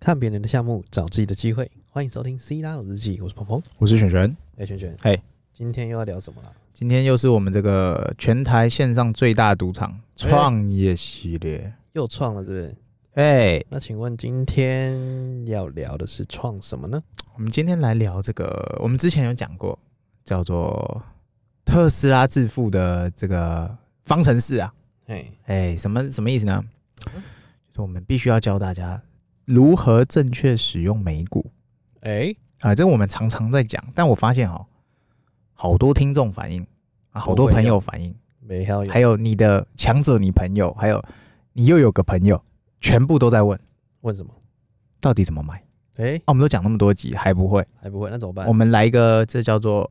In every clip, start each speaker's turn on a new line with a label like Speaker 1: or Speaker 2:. Speaker 1: 看别人的项目，找自己的机会。欢迎收听《C 大佬日记》，我是鹏鹏。
Speaker 2: 我是璇璇。
Speaker 1: 哎、圈圈，
Speaker 2: 嘿，
Speaker 1: 今天又要聊什么啦？
Speaker 2: 今天又是我们这个全台线上最大赌场
Speaker 1: 哎
Speaker 2: 创业系列。
Speaker 1: 又创了，是不是？
Speaker 2: 哎、
Speaker 1: 那请问今天要聊的是创什么呢？
Speaker 2: 我们今天来聊这个，我们之前有讲过，叫做特斯拉致富的这个方程式啊。
Speaker 1: 哎，
Speaker 2: 哎、什么什么意思呢？就是我们必须要教大家如何正确使用美股
Speaker 1: 哎、
Speaker 2: 啊、这个我们常常在讲，但我发现哦，好多听众反映啊，好
Speaker 1: 都
Speaker 2: 多
Speaker 1: 会
Speaker 2: 朋
Speaker 1: 用
Speaker 2: 友反映。
Speaker 1: 没还有
Speaker 2: 还有你的强者，你朋友，还有你又有个朋友，全部都在问
Speaker 1: 问什么？
Speaker 2: 到底怎么买。啊，
Speaker 1: 哎、
Speaker 2: 我们都讲那么多集还不会，
Speaker 1: 还不会，那怎么办？
Speaker 2: 我们来一个这叫做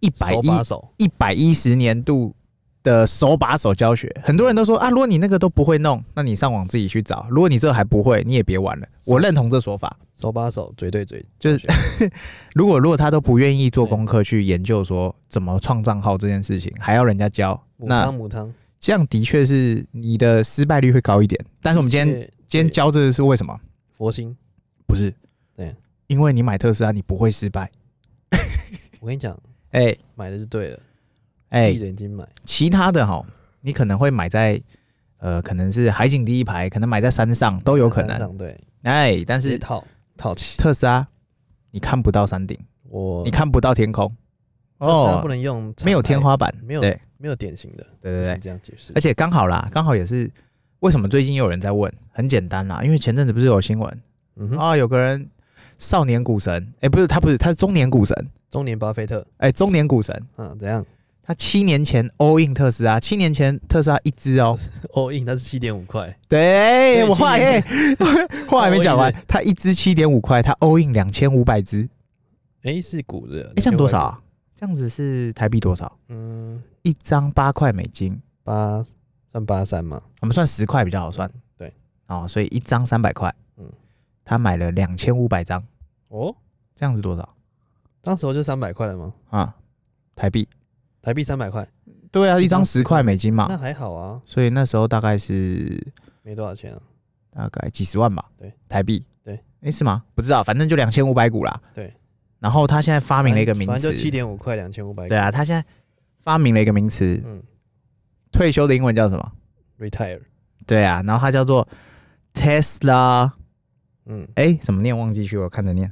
Speaker 2: 一百
Speaker 1: 手
Speaker 2: 一
Speaker 1: 把手，
Speaker 2: 一百一十年度的手把手教学。很多人都说啊，如果你那个都不会弄，那你上网自己去找；如果你这还不会，你也别玩了。我认同这说法。
Speaker 1: 手把手，嘴对嘴，
Speaker 2: 就是
Speaker 1: 圈圈
Speaker 2: 如果如果他都不愿意做功课去研究说怎么创账号这件事情，还要人家教，
Speaker 1: 母汤
Speaker 2: 那
Speaker 1: 母汤。
Speaker 2: 这样的确是你的失败率会高一点。但是我们今天
Speaker 1: 谢谢
Speaker 2: 今天教这个是为什么？
Speaker 1: 佛心，
Speaker 2: 不是，
Speaker 1: 对，
Speaker 2: 因为你买特斯拉，你不会失败。
Speaker 1: 我跟你讲，
Speaker 2: 哎、
Speaker 1: 买了就对了，
Speaker 2: 哎、
Speaker 1: 闭着眼睛买。
Speaker 2: 其他的哈，你可能会买在呃，可能是海景第一排，可能买在山上都有可
Speaker 1: 山
Speaker 2: 能。
Speaker 1: 上对，
Speaker 2: 哎、但
Speaker 1: 直接
Speaker 2: 是
Speaker 1: 套套起。
Speaker 2: 特斯拉，你看不到山顶，
Speaker 1: 我
Speaker 2: 你看不到天空，
Speaker 1: 特斯拉不
Speaker 2: 哦，
Speaker 1: 能用厂
Speaker 2: 没有
Speaker 1: 牌
Speaker 2: 天，花板，
Speaker 1: 没有
Speaker 2: 对
Speaker 1: 没有典型的，
Speaker 2: 对对
Speaker 1: 是
Speaker 2: 对，
Speaker 1: 这样解释
Speaker 2: 而。且刚好啦，刚好也是为什么最近又有人在问，很简单啦，因为前阵子不是有新闻
Speaker 1: 嗯
Speaker 2: 啊、
Speaker 1: 哼，
Speaker 2: 有个人少年股神，哎、不是他不是他是中年股神，
Speaker 1: 中年巴菲特，
Speaker 2: 哎、中年股神。
Speaker 1: 嗯，怎样
Speaker 2: 他七年前 all in 特斯拉，七年前特斯拉一只哦，
Speaker 1: ？all in 它是七点五块，
Speaker 2: 对我话
Speaker 1: 七
Speaker 2: 哎
Speaker 1: 年、
Speaker 2: 话还没讲
Speaker 1: all
Speaker 2: 完，他一只七点五块，他 all in 两千五百只，
Speaker 1: 哎，是股的，
Speaker 2: 哎，这样多少、
Speaker 1: 2500？
Speaker 2: 啊？这样子是台币多少？
Speaker 1: 嗯，
Speaker 2: 一张八块美金，
Speaker 1: 八算八三嘛，
Speaker 2: 我们算十块比较好算。
Speaker 1: 对，
Speaker 2: 哦，所以一张三百块，
Speaker 1: 嗯
Speaker 2: 嗯，他买了两千五百张，
Speaker 1: 哦，
Speaker 2: 这样子多少
Speaker 1: 当时候就三百块了吗？
Speaker 2: 啊？台币？
Speaker 1: 台币三百块，
Speaker 2: 对啊，
Speaker 1: 一
Speaker 2: 一
Speaker 1: 张
Speaker 2: 张十块美金
Speaker 1: 那
Speaker 2: 嘛，
Speaker 1: 还好啊，
Speaker 2: 所以那时候大概是
Speaker 1: 没多少钱啊。
Speaker 2: 大概几十万吧，
Speaker 1: 对，
Speaker 2: 台币，
Speaker 1: 对，
Speaker 2: 哎、是吗？不知道，反正就两千五百股啦，
Speaker 1: 对。
Speaker 2: 然后他现在发
Speaker 1: 发
Speaker 2: 明了一个名
Speaker 1: 反正就七
Speaker 2: 词，
Speaker 1: 点五块，两千五百。
Speaker 2: 对，啊，他现在发明了一个名词，
Speaker 1: 嗯
Speaker 2: 退休的英文叫什么？
Speaker 1: ，retire，
Speaker 2: 对啊，然后它叫做 Tesla，
Speaker 1: 嗯
Speaker 2: 哎、怎么念忘记去，我看着念，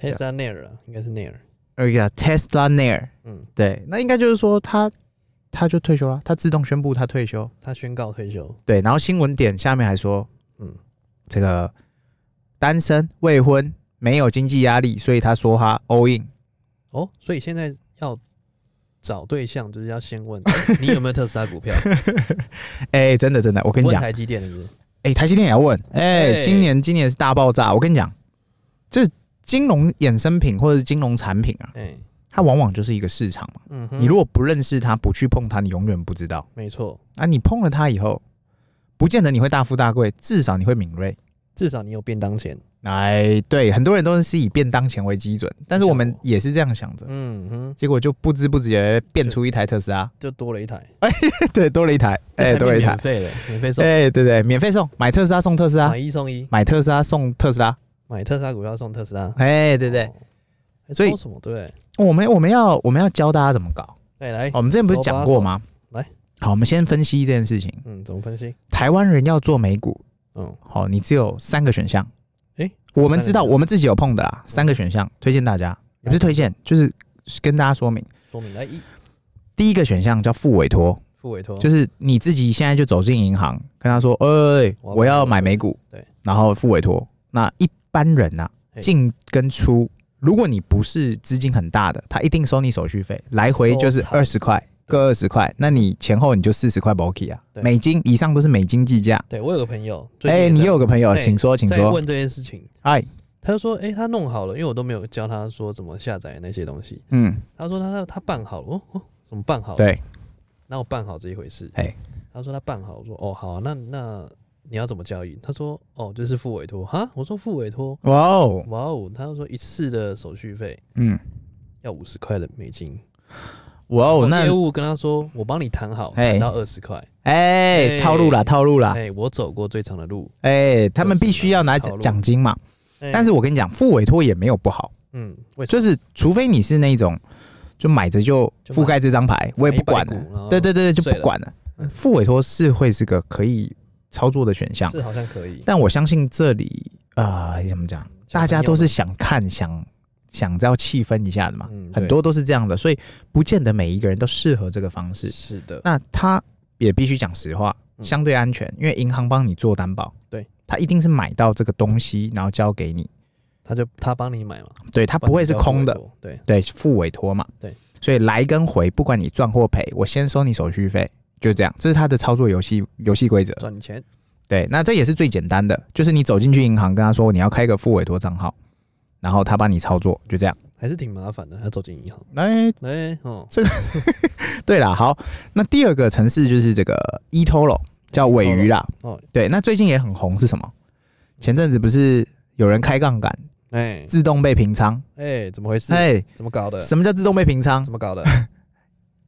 Speaker 1: ，Tesla Nair 啊，应该是 Nair，
Speaker 2: 呃，个 Tesla Nair，
Speaker 1: 嗯，
Speaker 2: 对，那应该就是说他他就退休了，他自动宣布他退休，
Speaker 1: 他宣告退休，
Speaker 2: 对，然后新闻点下面还说，
Speaker 1: 嗯
Speaker 2: 嗯，这个单身未婚没有经济压力，所以他说他 all in。
Speaker 1: 哦，所以现在要找对象，就是要先问哎你有没有特斯拉股票，
Speaker 2: 哎、真的真的，我 跟你
Speaker 1: 问
Speaker 2: 讲，
Speaker 1: 台积电的是不是
Speaker 2: 哎、台积电也要问，哎、
Speaker 1: 哎
Speaker 2: 今年今年是大爆炸，我跟你讲，这金融衍生品或者是金融产品啊，
Speaker 1: 哎、
Speaker 2: 它往往就是一个市场嘛。
Speaker 1: 嗯哼，
Speaker 2: 你如果不认识它，不去碰它，你永远不知道。
Speaker 1: 没错，
Speaker 2: 啊，你碰了它以后，不见得你会大富大贵，至少你会敏锐。
Speaker 1: 至少你有便当钱，
Speaker 2: 哎，对，很多人都是以便当钱为基准，但是我们
Speaker 1: 像我
Speaker 2: 也是这样想着，
Speaker 1: 嗯哼，
Speaker 2: 结果就不知不觉变出一台特斯拉，
Speaker 1: 就多了一台，
Speaker 2: 对，多了一台，
Speaker 1: 这
Speaker 2: 哎，
Speaker 1: 还
Speaker 2: 多了一台
Speaker 1: 免，费的，免费送，
Speaker 2: 哎，啊对对，免费送，买特斯拉送特斯拉
Speaker 1: 买，一送一，
Speaker 2: 买特斯拉送特斯拉，
Speaker 1: 买特斯拉股票送特斯拉，
Speaker 2: 哎，对对
Speaker 1: 哦，，还
Speaker 2: 所以
Speaker 1: 送什么对不对？
Speaker 2: 哦我们我们要我们要教大家怎么搞，哦
Speaker 1: 哎、来，
Speaker 2: 我们之前不是讲过吗？
Speaker 1: 手把手来，
Speaker 2: 好，我们先分析这件事情，
Speaker 1: 嗯，怎么分析？
Speaker 2: 台湾人要做美股，
Speaker 1: 嗯，
Speaker 2: 好、你只有三个选项。
Speaker 1: 诶
Speaker 2: 我们知
Speaker 1: 三个选
Speaker 2: 道
Speaker 1: 项
Speaker 2: 我们自己有碰的啦，三个选项推荐大家，也不是推荐，就是跟大家说明。
Speaker 1: 说明来一
Speaker 2: 第一个选项叫付委托，
Speaker 1: 付委托，
Speaker 2: 就是是你自己现在就走进银行，跟他说：“哎、
Speaker 1: 我要
Speaker 2: 我要
Speaker 1: 买
Speaker 2: 买美股。”
Speaker 1: 对，
Speaker 2: 然后付委托。那一般人呐、
Speaker 1: 嘿
Speaker 2: 进跟出，如果你不是资金很大的，他一定收你手续费，来回就是
Speaker 1: 收
Speaker 2: 二十块，各二十块。那你前后你就四十块 b o k 啊
Speaker 1: 对，
Speaker 2: 美金以上都是美金计价。
Speaker 1: 对我有个朋友，最近
Speaker 2: 哎、
Speaker 1: 也
Speaker 2: 你
Speaker 1: 在
Speaker 2: 又有个朋友，
Speaker 1: 对
Speaker 2: 请说，请
Speaker 1: 在
Speaker 2: 说。
Speaker 1: 问这件事情，
Speaker 2: 哎，
Speaker 1: 他就说，哎、他弄好了，因为我都没有教他说怎么下载那些东西，
Speaker 2: 嗯，
Speaker 1: 他说他他他办好了，哦哦，怎么办好了？
Speaker 2: 对。
Speaker 1: 那我办好这一回事。
Speaker 2: 哎
Speaker 1: 他说他办好，我说哦好啊、那那你要怎么交易？他说哦就是付委托哈，我说付委托，
Speaker 2: 哇哦，
Speaker 1: 哇哦，他就说一次的手续费
Speaker 2: 嗯，
Speaker 1: 要五十块的美金，
Speaker 2: 哇哦，那
Speaker 1: 业务跟他说，我帮你谈好，
Speaker 2: 哎
Speaker 1: 谈到二十块，
Speaker 2: 哎
Speaker 1: 哎
Speaker 2: 套路啦，套路啦，
Speaker 1: 哎，我走过最长的路，
Speaker 2: 哎，他们必须要拿
Speaker 1: 套
Speaker 2: 奖
Speaker 1: 路
Speaker 2: 奖金嘛。
Speaker 1: 哎
Speaker 2: 但是我跟你讲，付委托也没有不好，
Speaker 1: 嗯，为什
Speaker 2: 就是除非你是那种就买着就
Speaker 1: 就买
Speaker 2: 覆盖这张牌，我
Speaker 1: 么
Speaker 2: 也不管了。
Speaker 1: 了
Speaker 2: 对对对，对就
Speaker 1: 睡
Speaker 2: 不
Speaker 1: 了
Speaker 2: 管了
Speaker 1: 嗯。
Speaker 2: 付委托是会是个可以操作的选项，
Speaker 1: 是好像可以，
Speaker 2: 但我相信这里呃怎么讲，
Speaker 1: 小
Speaker 2: 大家
Speaker 1: 朋友
Speaker 2: 都是
Speaker 1: 们
Speaker 2: 想看想想要气氛一下的嘛
Speaker 1: 嗯，对
Speaker 2: 很多都是这样的，所以不见得每一个人都适合这个方式。
Speaker 1: 是的，
Speaker 2: 那他也必须讲实话，
Speaker 1: 嗯
Speaker 2: 相对安全，因为银行帮你做担保，
Speaker 1: 对，
Speaker 2: 他一定是买到这个东西，然后交给你，
Speaker 1: 他就他帮你买嘛，
Speaker 2: 对他不会是空的，
Speaker 1: 帮你交付委托，对，
Speaker 2: 对，付委托嘛，
Speaker 1: 对，
Speaker 2: 所以来跟回，不管你赚或赔，我先收你手续费，就这样，这是他的操作游戏游戏规则。
Speaker 1: 赚你钱，
Speaker 2: 对，那这也是最简单的，就是你走进去银行跟他说你要开一个付委托账号，然后他帮你操作，就这样。
Speaker 1: 还是挺麻烦的，他走进银行，
Speaker 2: 哎，
Speaker 1: 哎，哦，
Speaker 2: 对啦，好，那第二个城市就是这个 eToro，叫尾鱼啦。
Speaker 1: 哦，
Speaker 2: 对，那最近也很红是什么？前阵子不是有人开杠杆，
Speaker 1: 哎
Speaker 2: 自动被平仓？
Speaker 1: 哎，怎么回事？
Speaker 2: 哎，
Speaker 1: 怎么搞的？
Speaker 2: 什么叫自动被平仓
Speaker 1: 怎？么 搞的？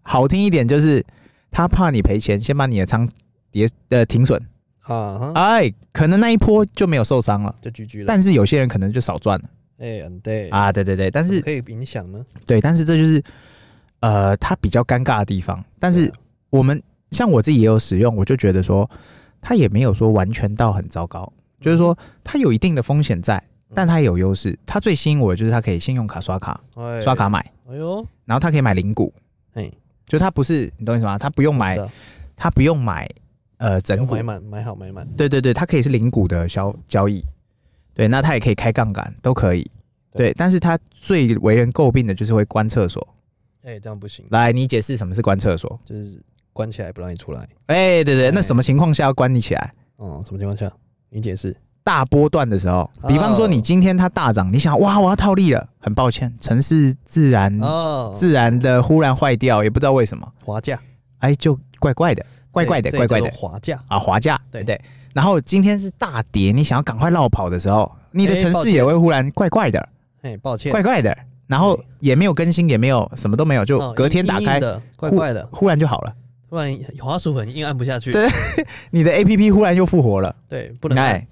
Speaker 2: 好听一点就是他怕你赔钱，先把你的仓跌呃停损，
Speaker 1: 啊哈，
Speaker 2: 哎，可能那一波就没有受伤了，
Speaker 1: 就 GG 了，
Speaker 2: 但是有些人可能就少赚了
Speaker 1: 哎，嗯对，
Speaker 2: 啊。对对对，但
Speaker 1: 怎么
Speaker 2: 是
Speaker 1: 可以影响呢，
Speaker 2: 对，但是这就是呃，它比较尴尬的地方。但是
Speaker 1: 对啊
Speaker 2: 我们像我自己也有使用，我就觉得说，它也没有说完全到很糟糕，就是说
Speaker 1: 嗯
Speaker 2: 它有一定的风险在，但它也有优势。它最吸引我的就是它可以信用卡刷卡
Speaker 1: 哎
Speaker 2: 刷卡，买，
Speaker 1: 哎呦，
Speaker 2: 然后它可以买零股，
Speaker 1: 哎，
Speaker 2: 就它不是你懂我意思吗？它不用买
Speaker 1: 是，啊
Speaker 2: 它不用买呃整股
Speaker 1: 买，满买好买满，
Speaker 2: 对对对，它可以是零股的交交易，对，那它也可以开杠杆，都可以。
Speaker 1: 对
Speaker 2: 对，但是它最为人诟病的就是会关厕所。
Speaker 1: 哎，这样不行，
Speaker 2: 来，你解释什么是关厕所？
Speaker 1: 就是关起来不让你出来，
Speaker 2: 哎、对对，
Speaker 1: 哎
Speaker 2: 那什么情况下要关你起来？
Speaker 1: 哦，什么情况下？你解释，
Speaker 2: 大波段的时候，
Speaker 1: 哦
Speaker 2: 比方说你今天它大涨，你想哇我要套利了，很抱歉，城市自然、
Speaker 1: 哦，
Speaker 2: 嗯自然的忽然坏掉，也不知道为什么，
Speaker 1: 滑价，
Speaker 2: 哎就怪怪的，怪怪的，
Speaker 1: 这
Speaker 2: 怪怪的
Speaker 1: 这叫做滑价，
Speaker 2: 啊滑价，
Speaker 1: 对
Speaker 2: 对。然后今天是大跌，你想要赶快绕跑的时候，你的
Speaker 1: 哎
Speaker 2: 城
Speaker 1: 抱
Speaker 2: 市
Speaker 1: 歉
Speaker 2: 也会忽然怪怪的，
Speaker 1: 哎，抱歉，
Speaker 2: 怪怪的，然后
Speaker 1: 对
Speaker 2: 也没有更新，也没有什么都没有，就
Speaker 1: 哦
Speaker 2: 隔天
Speaker 1: 硬
Speaker 2: 打
Speaker 1: 硬
Speaker 2: 开，
Speaker 1: 的，怪怪的，
Speaker 2: 忽然就好了，
Speaker 1: 突然滑鼠很硬，按不下去，
Speaker 2: 对你的 A P P 忽然又复活了。
Speaker 1: 对，不能按，
Speaker 2: 哎，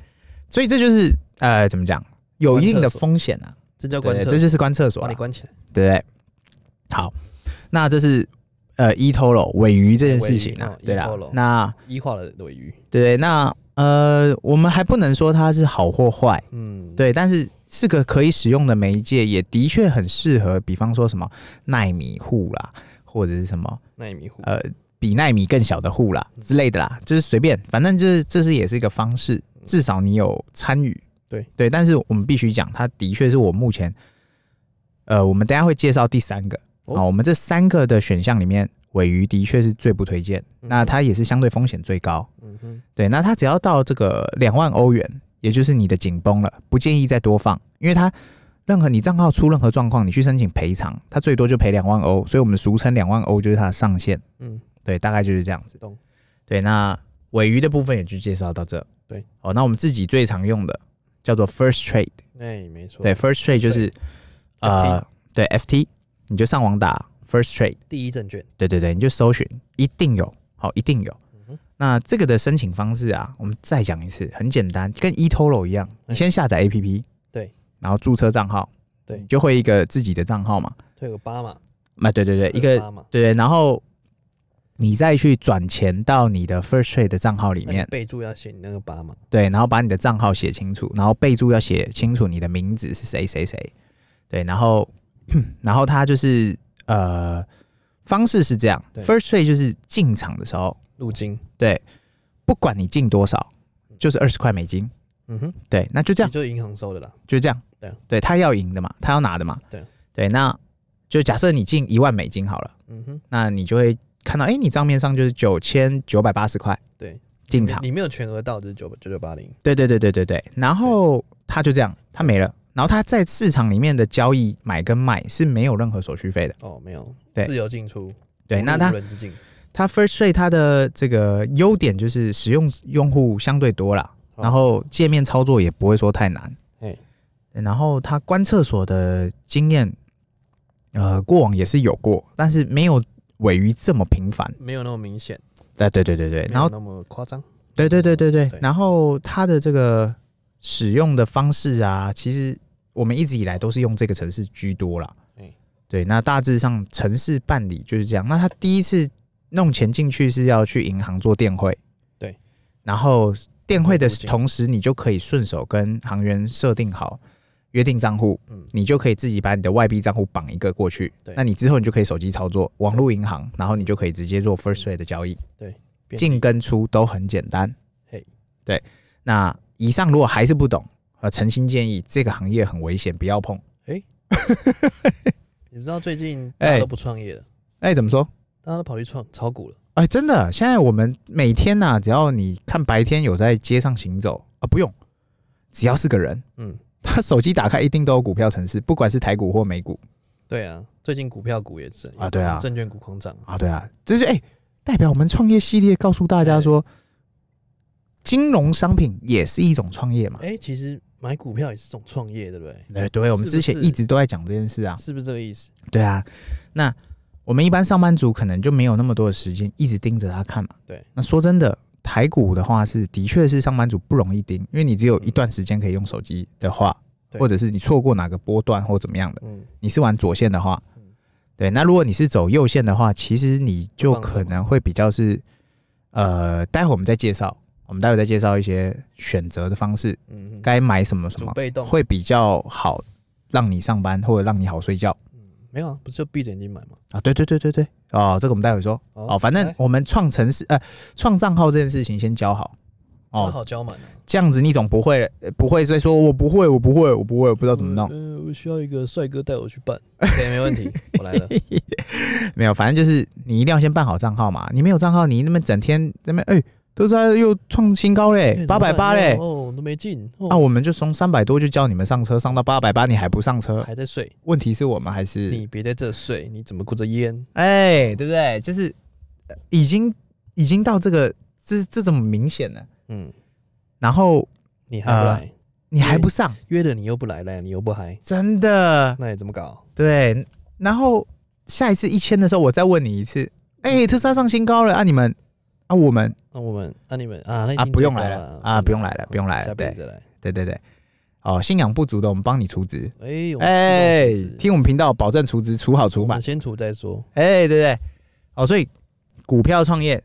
Speaker 2: 所以这就是呃，怎么讲，有一定的风险啊，
Speaker 1: 这叫
Speaker 2: 对
Speaker 1: 关
Speaker 2: 对，
Speaker 1: 车，
Speaker 2: 这就是关厕所
Speaker 1: 把
Speaker 2: 啊，
Speaker 1: 你
Speaker 2: 对
Speaker 1: 关起来，
Speaker 2: 不对？好，那这是呃 eToro 尾鱼这件事情啊
Speaker 1: 尾鱼哦，
Speaker 2: 对啦
Speaker 1: eToro，
Speaker 2: 那
Speaker 1: 一化了尾鱼，
Speaker 2: 对对，那呃，我们还不能说它是好或坏，
Speaker 1: 嗯，，
Speaker 2: 对，但是是个可以使用的媒介，也的确很适合，比方说什么奈米户啦，或者是什么
Speaker 1: 那一迷糊，
Speaker 2: 呃比奈米更小的户啦
Speaker 1: 嗯
Speaker 2: 之类的啦，就是随便，反正就是这是也是一个方式，至少你有参与。
Speaker 1: 嗯对
Speaker 2: 对，但是我们必须讲，它的确是我目前，呃，我们等一下会介绍第三个啊、
Speaker 1: 哦
Speaker 2: 我们这三个的选项里面，尾鱼的确是最不推荐，
Speaker 1: 嗯
Speaker 2: 那它也是相对风险最高。
Speaker 1: 嗯哼，
Speaker 2: 对，那它只要到这个两万欧元，也就是你的紧绷了，不建议再多放，因为它任何你账号出任何状况，你去申请赔偿，它最多就赔两万欧，所以我们俗称两万欧就是它的上限。
Speaker 1: 嗯，
Speaker 2: 对，大概就是这样子。
Speaker 1: 懂
Speaker 2: 对，那尾鱼的部分也就介绍到这。
Speaker 1: 对，
Speaker 2: 哦，那我们自己最常用的叫做 First Trade，
Speaker 1: 哎，没错，
Speaker 2: 对，First Trade 就是呃，对 FT，你就上网打 First Trade，
Speaker 1: 第一证券，
Speaker 2: 对对对，你就搜寻，一定有，好，一定有。
Speaker 1: 嗯哼
Speaker 2: 那这个的申请方式啊，我们再讲一次，很简单，跟 eToro 一样，你先下载 APP，
Speaker 1: 对，
Speaker 2: 然后注册账号，
Speaker 1: 对
Speaker 2: 你就会一个自己的账号嘛，
Speaker 1: 它有个八嘛，
Speaker 2: 那对对对，一
Speaker 1: 它有
Speaker 2: 个
Speaker 1: 八嘛，
Speaker 2: 对，然后你再去转钱到你的 First Trade 的账号里
Speaker 1: 那你
Speaker 2: 面，
Speaker 1: 备注要写你那个八嘛，
Speaker 2: 对，然后把你的账号写清楚，然后备注要写清楚你的名字是谁谁谁，对，然后 然后他就是呃方式是这样
Speaker 1: 对
Speaker 2: ，First Trade 就是进场的时候，
Speaker 1: 入金，
Speaker 2: 对，不管你进多少，就是二十块美金，
Speaker 1: 嗯哼，
Speaker 2: 对，那就这样，
Speaker 1: 就是银行收的啦，
Speaker 2: 就这样
Speaker 1: 对啊，
Speaker 2: 对他要赢的嘛，他要拿的嘛，
Speaker 1: 对
Speaker 2: 对，那就假设你进一万美金好了。
Speaker 1: 嗯哼，
Speaker 2: 那你就会看到，哎、你账面上就是九千九百八十块
Speaker 1: 对，
Speaker 2: 进场，
Speaker 1: 你没有全额到就是九九九八零，
Speaker 2: 对对对对对对，然后它就这样，它没了。然后它在市场里面的交易买跟卖是没有任何手续费的，
Speaker 1: 哦，没有，
Speaker 2: 对
Speaker 1: 自由进出，
Speaker 2: 对。
Speaker 1: 无
Speaker 2: 那
Speaker 1: 入
Speaker 2: 它
Speaker 1: 无人之境，
Speaker 2: 它 First Trade 它的这个优点就是使用用户相对多啦，
Speaker 1: 哦
Speaker 2: 然后界面操作也不会说太难。
Speaker 1: 哎，
Speaker 2: 对然后它关厕所的经验，呃，过往也是有过，但是没有尾鱼这么频繁。
Speaker 1: 没有那么明显，
Speaker 2: 哎、对对对对，
Speaker 1: 没
Speaker 2: 然
Speaker 1: 有
Speaker 2: 后
Speaker 1: 那么夸张，
Speaker 2: 对对对对对
Speaker 1: 对，
Speaker 2: 然后它的这个使用的方式啊，其实我们一直以来都是用这个城市居多啦。
Speaker 1: 哎
Speaker 2: 对，那大致上城市办理就是这样。那他第一次弄钱进去是要去银行做电汇，
Speaker 1: 对，
Speaker 2: 然后电汇的
Speaker 1: 银行付钱
Speaker 2: 同时，你就可以顺手跟行员设定好约定账户，
Speaker 1: 嗯，
Speaker 2: 你就可以自己把你的外币账户绑一个过去。
Speaker 1: 对
Speaker 2: 那你之后你就可以手机操作网络银行，然后你就可以直接做 First Trade 的交易。
Speaker 1: 便利
Speaker 2: 进跟出都很简单。
Speaker 1: 嘿，
Speaker 2: 对，那以上如果还是不懂，呃，诚心建议这个行业很危险，不要碰。
Speaker 1: 你知道最近大家
Speaker 2: 哎
Speaker 1: 都不创业了，
Speaker 2: 哎、怎么说？
Speaker 1: 大家都跑去创炒股了，
Speaker 2: 哎、真的，现在我们每天呐、只要你看白天有在街上行走啊，不用，只要是个人，
Speaker 1: 嗯，
Speaker 2: 他手机打开一定都有股票城市，不管是台股或美股
Speaker 1: 对啊，最近股票股也是
Speaker 2: 啊对啊
Speaker 1: 证券股狂涨，
Speaker 2: 啊。对啊，这是哎、代表我们创业系列告诉大家说，金融商品也是一种创业嘛。
Speaker 1: 哎，其实买股票也是种创业，对不对？
Speaker 2: 哎、对，我们
Speaker 1: 是不
Speaker 2: 之前
Speaker 1: 是
Speaker 2: 一直都在讲这件事啊。
Speaker 1: 是不是这个意思？
Speaker 2: 对啊，那我们一般上班族可能就没有那么多的时间一直盯着它看嘛。
Speaker 1: 对，
Speaker 2: 那说真的，台股的话是的确是上班族不容易盯，因为你只有一段时间可以用手机的话，
Speaker 1: 对
Speaker 2: 或者是你错过哪个波段或怎么样的，
Speaker 1: 嗯，
Speaker 2: 你是玩左线的话
Speaker 1: 嗯，
Speaker 2: 对，那如果你是走右线的话，其实你就
Speaker 1: 放着
Speaker 2: 可
Speaker 1: 嘛
Speaker 2: 能会比较是，呃，待会我们再介绍，我们待会再介绍一些选择的方式，
Speaker 1: 嗯，
Speaker 2: 该买什么什
Speaker 1: 主
Speaker 2: 么，
Speaker 1: 被动
Speaker 2: 会比较好让你上班或者让你好睡觉。
Speaker 1: 没有啊，不是就闭着眼睛买吗？
Speaker 2: 啊，对对对对对，哦，这个我们待会说。哦，反正
Speaker 1: 来
Speaker 2: 我们创城市呃创账号这件事情先教好。
Speaker 1: 交
Speaker 2: 哦，
Speaker 1: 好交满了，
Speaker 2: 这样子你总不会呃不会再说我不会我不会我不会我不知道怎么弄，
Speaker 1: 呃，我需要一个帅哥带我去办，OK，没问题，我来 了。嗯
Speaker 2: 没有，反正就是你一定要先办好账号嘛。你没有账号，你那么整天在那边哎、都是在又创新高嘞，
Speaker 1: 哎
Speaker 2: 哎八百八嘞。啊
Speaker 1: 哦，都没进，
Speaker 2: 那、
Speaker 1: 哦，
Speaker 2: 我们就从三百多就教你们上车，上到八百八你还不上车，
Speaker 1: 还在睡，
Speaker 2: 问题是我们还是
Speaker 1: 你别在这睡，你怎么顾着烟？
Speaker 2: 哎、对不对？就是呃已经已经到这个这这怎么明显了？
Speaker 1: 嗯，
Speaker 2: 然后
Speaker 1: 你还不
Speaker 2: 啊
Speaker 1: 来，
Speaker 2: 你还不上，
Speaker 1: 约了你又不来，来了你又不嗨，
Speaker 2: 真的
Speaker 1: 那你怎么搞？
Speaker 2: 对。然后下一次一签的时候，我再问你一次，哎、
Speaker 1: 嗯
Speaker 2: 特斯拉上新高了啊！你们啊，我们
Speaker 1: 那我们，那你们啊，那已
Speaker 2: 啊
Speaker 1: 经
Speaker 2: 不用
Speaker 1: 最高
Speaker 2: 来了
Speaker 1: 了
Speaker 2: 啊不用来了
Speaker 1: 嗯
Speaker 2: 不用来了
Speaker 1: 下辈
Speaker 2: 对
Speaker 1: 子再来。
Speaker 2: 对对对，哦，信仰不足的，我们帮你除值。
Speaker 1: 哎，我们
Speaker 2: 哎、
Speaker 1: 自动处置
Speaker 2: 听我们频道，保证除值，除好除
Speaker 1: 我
Speaker 2: 满
Speaker 1: 们。先除再说，
Speaker 2: 哎、对对对，哦，所以股票创业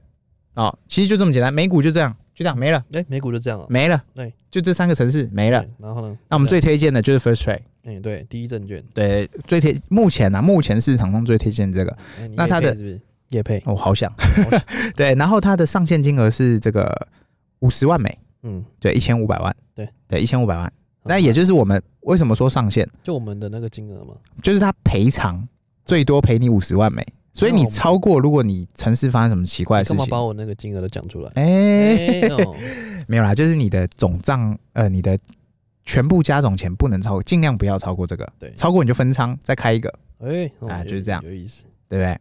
Speaker 2: 哦，其实就这么简单，美股就这样，就这样没了，
Speaker 1: 哎，美股就这样了，
Speaker 2: 没了，
Speaker 1: 对，
Speaker 2: 就这三个城市没了
Speaker 1: 对。然后呢？
Speaker 2: 那我们最推荐的就是 First Trade，
Speaker 1: 哎对，第一证券，
Speaker 2: 对，最推目前啊，目前市场上最推荐这个，
Speaker 1: 哎你
Speaker 2: 那
Speaker 1: 业
Speaker 2: 它
Speaker 1: 配
Speaker 2: 的哦
Speaker 1: 是不是叶配？
Speaker 2: 我、好想， 对，然后它的上限金额是这个五十万美，
Speaker 1: 嗯，
Speaker 2: 对，一千五百万，
Speaker 1: 对
Speaker 2: 对，一千五百万。那
Speaker 1: 嗯
Speaker 2: 也就是我们为什么说上限，
Speaker 1: 就我们的那个金额嘛，
Speaker 2: 就是它赔偿最多赔你五十万美，所以
Speaker 1: 那我
Speaker 2: 你
Speaker 1: 们
Speaker 2: 超过，如果你城市发生什么奇怪的
Speaker 1: 你
Speaker 2: 事
Speaker 1: 干嘛
Speaker 2: 情，
Speaker 1: 把我那个金额都讲出来？
Speaker 2: 哎、
Speaker 1: 哎哦
Speaker 2: 没有啦，就是你的总账，呃，你的全部加总钱不能超过，尽量不要超过这个，
Speaker 1: 对，
Speaker 2: 超过你就分仓再开一个，
Speaker 1: 哎哦
Speaker 2: 啊
Speaker 1: 有
Speaker 2: 就是这样
Speaker 1: 有意思。
Speaker 2: 对不对？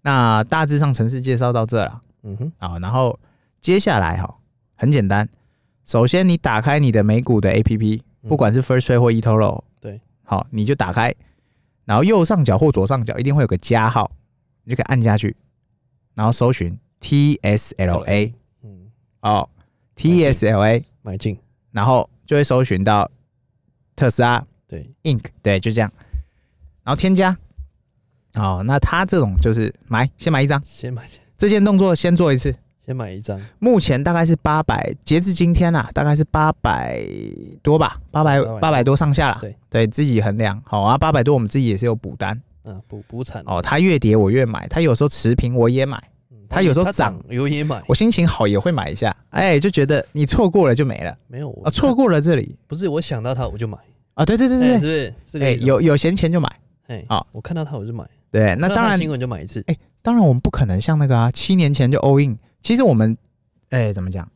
Speaker 2: 那大致上城市介绍到这了。
Speaker 1: 嗯哼，
Speaker 2: 啊，然后接下来哈，很简单，首先你打开你的美股的 APP，
Speaker 1: 嗯
Speaker 2: 不管是 First Trade 或 E eToro，
Speaker 1: 对，
Speaker 2: 好，你就打开，然后右上角或左上角一定会有个加号，你就可以按下去，然后搜寻 TSLA
Speaker 1: 嗯，
Speaker 2: 哦，TSLA，
Speaker 1: 买进，
Speaker 2: 然后就会搜寻到特斯拉
Speaker 1: 对，
Speaker 2: Inc，对，就这样，然后添加。哦，那它这种就是买，先买一张，
Speaker 1: 先买进，
Speaker 2: 这件动作先做一次，
Speaker 1: 先买一张，
Speaker 2: 目前大概是八百，截至今天啊，大概是八百多吧，八百
Speaker 1: 800
Speaker 2: 八百多上下啦。
Speaker 1: 对，
Speaker 2: 对自己衡量好啊，八百多我们自己也是有补单
Speaker 1: 啊，补补产，
Speaker 2: 哦。它越跌我越买，它有时候持平我也买，
Speaker 1: 嗯
Speaker 2: 它有时候涨，
Speaker 1: 有也买，
Speaker 2: 我心情好也会买一下。哎，就觉得你错过了就没了
Speaker 1: 没有我
Speaker 2: 啊，错过了这里
Speaker 1: 不是我想到它我就买，
Speaker 2: 啊，对对对
Speaker 1: 哎
Speaker 2: 对
Speaker 1: 是
Speaker 2: 对，
Speaker 1: 不是？这
Speaker 2: 哎
Speaker 1: 个意思吗
Speaker 2: 有有闲钱就买。
Speaker 1: 哎
Speaker 2: 好
Speaker 1: 我看到它我就买，
Speaker 2: 对，
Speaker 1: 看到
Speaker 2: 那当
Speaker 1: 它
Speaker 2: 然
Speaker 1: 新闻就买一次，
Speaker 2: 当然我们不可能像那个啊，七年前就 all in。其实我们哎怎么讲，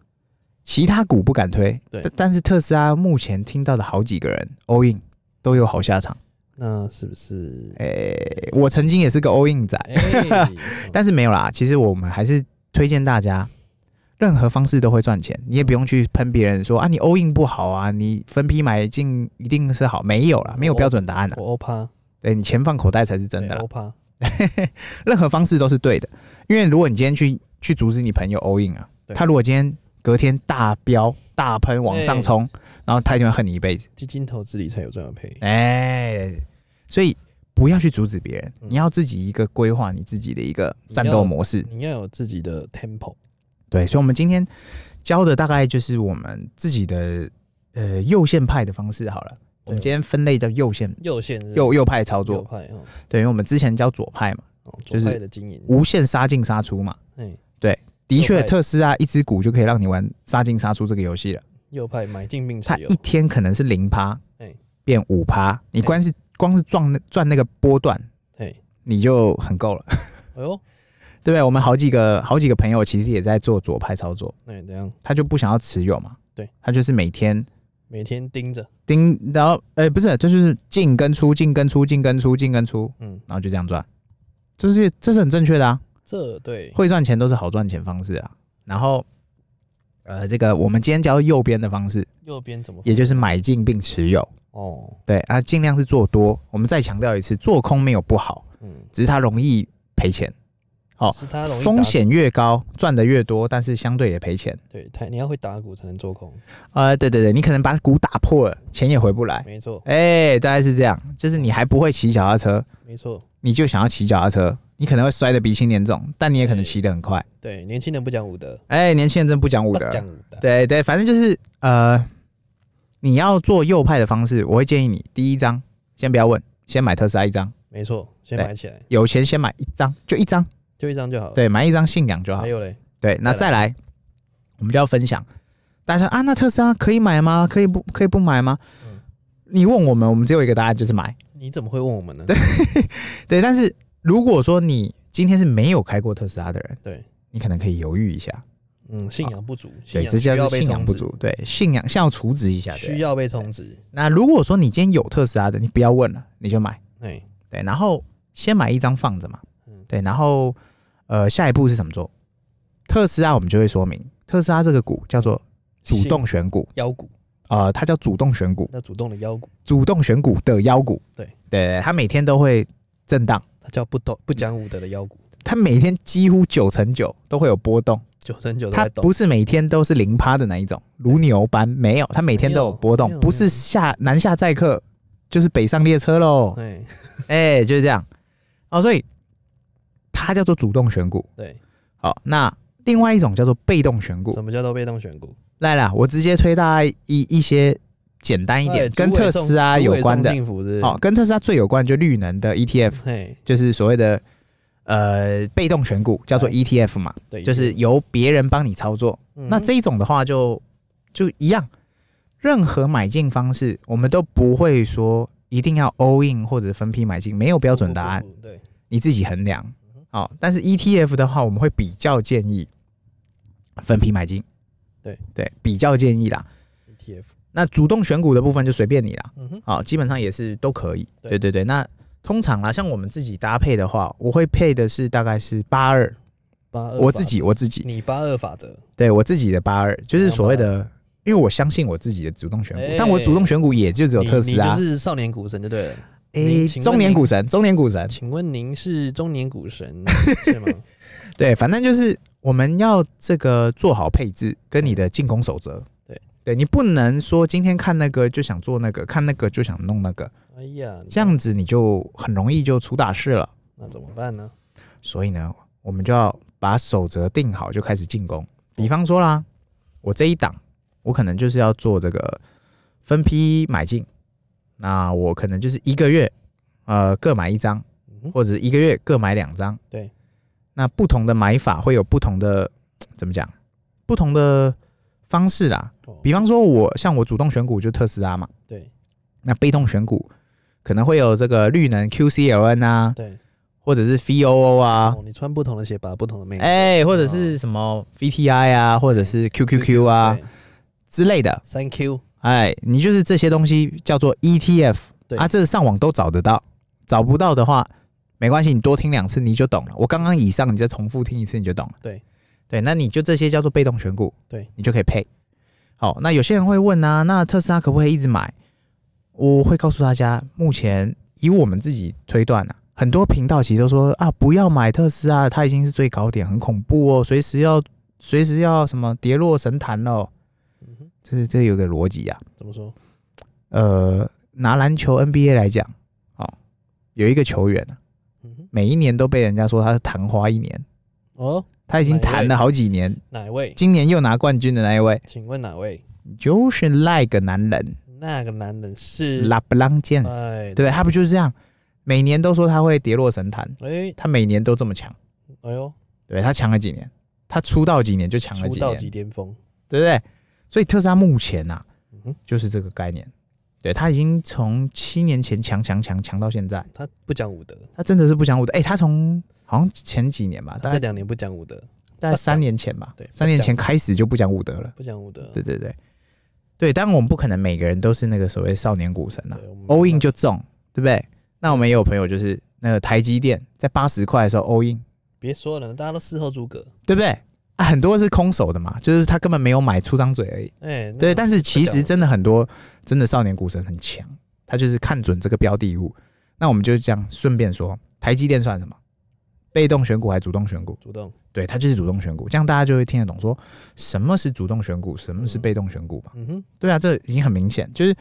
Speaker 2: 其他股不敢推，
Speaker 1: 对
Speaker 2: 但但是特斯拉目前听到的好几个人 all in 都有好下场。
Speaker 1: 那是不是？
Speaker 2: 诶、我曾经也是个 all in 仔，
Speaker 1: 哎，
Speaker 2: 但是没有啦。其实我们还是推荐大家，任何方式都会赚钱，你也不用去喷别人说啊，你 all in 不好啊，你分批买进一定是好，没有啦，没有标准答案啦。
Speaker 1: 我欧趴，
Speaker 2: 对你钱放口袋才是真的
Speaker 1: 对
Speaker 2: 啊啦
Speaker 1: 欧。趴，
Speaker 2: 任何方式都是对的。因为如果你今天去去阻止你朋友 all in 啊，
Speaker 1: 对
Speaker 2: 他如果今天隔天大飙大喷往上冲，
Speaker 1: 哎
Speaker 2: 然后他一定会恨你一辈子。
Speaker 1: 基金投资理财有赚有赔，
Speaker 2: 哎、所以不要去阻止别人，
Speaker 1: 嗯
Speaker 2: 你要自己一个规划你自己的一个战
Speaker 1: 你要
Speaker 2: 斗模式。
Speaker 1: 你要有自己的 tempo。
Speaker 2: 对，所以我们今天教的大概就是我们自己的呃右线派的方式好了。我们今天分类叫右线
Speaker 1: 右线是
Speaker 2: 右右派操
Speaker 1: 右
Speaker 2: 作，
Speaker 1: 派哦，
Speaker 2: 对，因为我们之前教左派嘛，
Speaker 1: 哦左
Speaker 2: 就是
Speaker 1: 派的经营，
Speaker 2: 无限杀进杀出嘛。
Speaker 1: 哎，
Speaker 2: 的
Speaker 1: 右
Speaker 2: 确，
Speaker 1: 派
Speaker 2: 特斯拉一只股就可以让你玩杀进杀出这个游戏了。
Speaker 1: 右派买进并持
Speaker 2: 它
Speaker 1: 有
Speaker 2: 一，天可能是零趴
Speaker 1: 哎，
Speaker 2: 变五趴，你
Speaker 1: 哎
Speaker 2: 光是光是撞那赚那个波段，
Speaker 1: 哎，
Speaker 2: 你就很够了，
Speaker 1: 哎呦，
Speaker 2: 对不对？我们好几个好几个朋友其实也在做左派操作，
Speaker 1: 那怎样？
Speaker 2: 他就不想要持有嘛，
Speaker 1: 对
Speaker 2: 他就是每天
Speaker 1: 每天盯着，
Speaker 2: 盯，然后呃不是，就是进跟出，进跟出，进跟出，进跟出，
Speaker 1: 嗯，
Speaker 2: 然后就这样赚，这是这是很正确的啊，
Speaker 1: 这对
Speaker 2: 会赚钱都是好赚钱方式啊。然后呃，这个我们今天教右边的方式，
Speaker 1: 右边怎么
Speaker 2: 也就是买进并持有。
Speaker 1: 哦，
Speaker 2: 对啊，尽量是做多。我们再强调一次，做空没有不好，
Speaker 1: 嗯，
Speaker 2: 只是它容易赔钱，哦
Speaker 1: 是它容易打
Speaker 2: 风险越高，赚的越多，但是相对也赔钱。
Speaker 1: 对，它你要会打鼓才能做空，
Speaker 2: 呃，对对对，你可能把股打破了，钱也回不来。
Speaker 1: 没错，
Speaker 2: 哎、大概是这样，就是你还不会骑脚踏车，
Speaker 1: 没错，
Speaker 2: 你就想要骑脚踏车，你可能会摔得鼻青脸肿，但你也可能骑得很快。
Speaker 1: 对，年轻人不讲武德，
Speaker 2: 哎、年轻人真不讲武
Speaker 1: 不
Speaker 2: 德。
Speaker 1: 讲武德，
Speaker 2: 对对，反正就是呃，你要做右派的方式，我会建议你第一张先不要问，先买特斯拉一张，
Speaker 1: 没错，先
Speaker 2: 对
Speaker 1: 买起来，
Speaker 2: 有钱先买一张，就一张。
Speaker 1: 就一张就好了，
Speaker 2: 对，买一张信仰就好
Speaker 1: 还。有嘞，
Speaker 2: 对，那
Speaker 1: 哦哎再
Speaker 2: 再来，我们就要分享。大家说啊，那特斯拉可以买吗？可以不可以不买吗？
Speaker 1: 嗯
Speaker 2: 你问我们，我们只有一个答案，就是买。
Speaker 1: 你怎么会问我们呢？
Speaker 2: 对，但是如果说你今天是没有开过特斯拉的人，
Speaker 1: 对，
Speaker 2: 你可能可以犹豫一下。
Speaker 1: 嗯，信仰不足，信
Speaker 2: 对，
Speaker 1: 仰
Speaker 2: 这
Speaker 1: 需
Speaker 2: 叫
Speaker 1: 要
Speaker 2: 做
Speaker 1: 被
Speaker 2: 信仰
Speaker 1: 充
Speaker 2: 不
Speaker 1: 值
Speaker 2: 足。对，信仰先要除值一下。
Speaker 1: 需
Speaker 2: 对。
Speaker 1: 要被充值，
Speaker 2: 那如果说你今天有特斯拉的，你不要问了，你就买。
Speaker 1: 哎，
Speaker 2: 对，然后先买一张放着嘛
Speaker 1: 嗯。
Speaker 2: 对，然后呃，下一步是怎么做？特斯拉我们就会说明，特斯拉这个股叫做主
Speaker 1: 信
Speaker 2: 动选股，
Speaker 1: 腰股，
Speaker 2: 呃，它叫主动选股，
Speaker 1: 那主动的腰股，
Speaker 2: 主动选股的妖股。
Speaker 1: 对
Speaker 2: 对，它每天都会震荡，
Speaker 1: 它叫不懂不讲武德的腰股，
Speaker 2: 它每天几乎九成九都会有波动，
Speaker 1: 九成九都
Speaker 2: 它
Speaker 1: 在动
Speaker 2: 不，是每天都是零趴的那一种，如牛般没有，它每天都有波
Speaker 1: 没有
Speaker 2: 动，
Speaker 1: 没有
Speaker 2: 不是下南下载客就是北上列车喽，
Speaker 1: 哎，
Speaker 2: 哎、就是这样。哦，所以它叫做主动选股。
Speaker 1: 对，
Speaker 2: 好，那另外一种叫做被动选股。
Speaker 1: 什么叫做被动选股？
Speaker 2: 来啦，我直接推大家一一些简单一
Speaker 1: 哎
Speaker 2: 点，
Speaker 1: 主
Speaker 2: 跟
Speaker 1: 委
Speaker 2: 特
Speaker 1: 送
Speaker 2: 斯拉
Speaker 1: 主
Speaker 2: 有
Speaker 1: 委
Speaker 2: 关
Speaker 1: 送
Speaker 2: 的。
Speaker 1: 幸福是
Speaker 2: 哦，，跟特斯拉最有关的就绿能的 ETF，
Speaker 1: 嘿，
Speaker 2: 就是所谓的呃被动选股，叫做
Speaker 1: 哎
Speaker 2: ETF 嘛，
Speaker 1: 对，
Speaker 2: 就是由别人帮你操作。
Speaker 1: 嗯
Speaker 2: 那这一种的话就就一样，任何买进方式我们都不会说一定要 all in 或者分批买进，没有标准答案。
Speaker 1: 不，不不不对，
Speaker 2: 你自己衡量。
Speaker 1: 嗯
Speaker 2: 哦，但是 ETF 的话，我们会比较建议分批买进。
Speaker 1: 对
Speaker 2: 对，比较建议啦。
Speaker 1: ETF，
Speaker 2: 那主动选股的部分就随便你啦。
Speaker 1: ，E 嗯哼，
Speaker 2: 好、基本上也是都可以。
Speaker 1: 对
Speaker 2: 对对对，那通常啦，像我们自己搭配的话，我会配的是大概是八二，
Speaker 1: 八二，
Speaker 2: 我自，己我自己，
Speaker 1: 你八二法则，
Speaker 2: 对我自己的八二，就是所谓的，因为我相信我自己的主动选股，
Speaker 1: 哎
Speaker 2: 但我主动选股也就只有
Speaker 1: 你
Speaker 2: 特斯拉
Speaker 1: 你，就是少年股神就对了。
Speaker 2: 诶，
Speaker 1: 你请问
Speaker 2: 中年
Speaker 1: 你
Speaker 2: 股神，中年股神，
Speaker 1: 请问您是中年股 神是吗？
Speaker 2: 对，反正就是我们要这个做好配置跟你的进攻守则。
Speaker 1: 对，
Speaker 2: 对你不能说今天看那个就想做那个，看那个就想弄那个，
Speaker 1: 哎呀，
Speaker 2: 这样子你就很容易就出大事了。
Speaker 1: 那怎么办呢？
Speaker 2: 所以呢，我们就要把守则定好，就开始进攻。比方说啦，我这一档，我可能就是要做这个分批买进，那我可能就是一个月，呃，各买一张，
Speaker 1: 嗯哼
Speaker 2: 或者是一个月各买两张。
Speaker 1: 对，
Speaker 2: 那不同的买法会有不同的怎么讲？不同的方式啦。
Speaker 1: 哦
Speaker 2: 比方说我，像我主动选股就特斯拉嘛，
Speaker 1: 对
Speaker 2: 那被动选股可能会有这个绿能 QCLN 啊，
Speaker 1: 对
Speaker 2: 或者是 VOO 啊，
Speaker 1: 哦，你穿不同的鞋，把不同的妹子
Speaker 2: 哎、或者是什么 VTI 啊，或者是 QQQ 啊
Speaker 1: 对
Speaker 2: 之类的，
Speaker 1: 三 Q
Speaker 2: 哎，你就是这些东西叫做 ETF
Speaker 1: 对
Speaker 2: 啊，这上网都找得到，找不到的话没关系，你多听两次你就懂了。我刚刚以上你再重复听一次你就懂了。
Speaker 1: 对
Speaker 2: 对，那你就这些叫做被动选股，
Speaker 1: 对
Speaker 2: 你就可以配。好，那有些人会问啊，那特斯拉可不可以一直买？我会告诉大家，目前以我们自己推断啊，很多频道其实都说啊，不要买特斯拉，它已经是最高点，很恐怖哦，随时要随时要什么跌落神坛了哦。
Speaker 1: 嗯哼，
Speaker 2: 这这有个逻辑啊。
Speaker 1: 怎么说？
Speaker 2: 呃，拿篮球 NBA 来讲，哦，有一个球员
Speaker 1: 嗯哼，
Speaker 2: 每一年都被人家说他是昙花一年，
Speaker 1: 哦，
Speaker 2: 他已经谈了好几年，
Speaker 1: 哪一位？
Speaker 2: 今年又拿冠军的那一位，
Speaker 1: 请问哪位？
Speaker 2: 就是那个男人
Speaker 1: 那个男人是
Speaker 2: 拉布朗詹姆斯，
Speaker 1: 哎，
Speaker 2: 对，他不就是这样？每年都说他会跌落神坛，
Speaker 1: 哎，
Speaker 2: 他每年都这么强，
Speaker 1: 哎呦，
Speaker 2: 对他强了几年，他出道几年就强了
Speaker 1: 出
Speaker 2: 几
Speaker 1: 道
Speaker 2: 年，
Speaker 1: 即巅峰。
Speaker 2: 对不对？所以特斯拉目前呐、啊，
Speaker 1: 嗯哼，
Speaker 2: 就是这个概念，对他已经从七年前强强强强到现在，
Speaker 1: 他不讲武德，
Speaker 2: 他真的是不讲武德。哎、他从好像前几年吧，
Speaker 1: 他
Speaker 2: 大
Speaker 1: 这
Speaker 2: 概
Speaker 1: 两年不讲武德，
Speaker 2: 大概三年前吧，
Speaker 1: 对不讲
Speaker 2: 三年前开始就不讲武德了。
Speaker 1: 不讲武德。
Speaker 2: 对对对，对，当然我们不可能每个人都是那个所谓少年股神啊
Speaker 1: 对我们
Speaker 2: ，all in 就中，对不对？那我们也有朋友就是那个台积电在八十块的时候 all in，
Speaker 1: 别说了，大家都事后诸葛。
Speaker 2: 对不对？啊，很多是空手的嘛，就是他根本没有买，出张嘴而已。
Speaker 1: 哎，那
Speaker 2: 对，但是其
Speaker 1: 不讲
Speaker 2: 实真的很多，真的少年股神很强，他就是看准这个标的物。那我们就这样顺便说，台积电算什么？被动选股还是主动选股？
Speaker 1: 主动，
Speaker 2: 对，它就是主动选股，这样大家就会听得懂说什么是主动选股，什么是被动选股嘛？
Speaker 1: 嗯哼，
Speaker 2: 对啊，这已经很明显，就是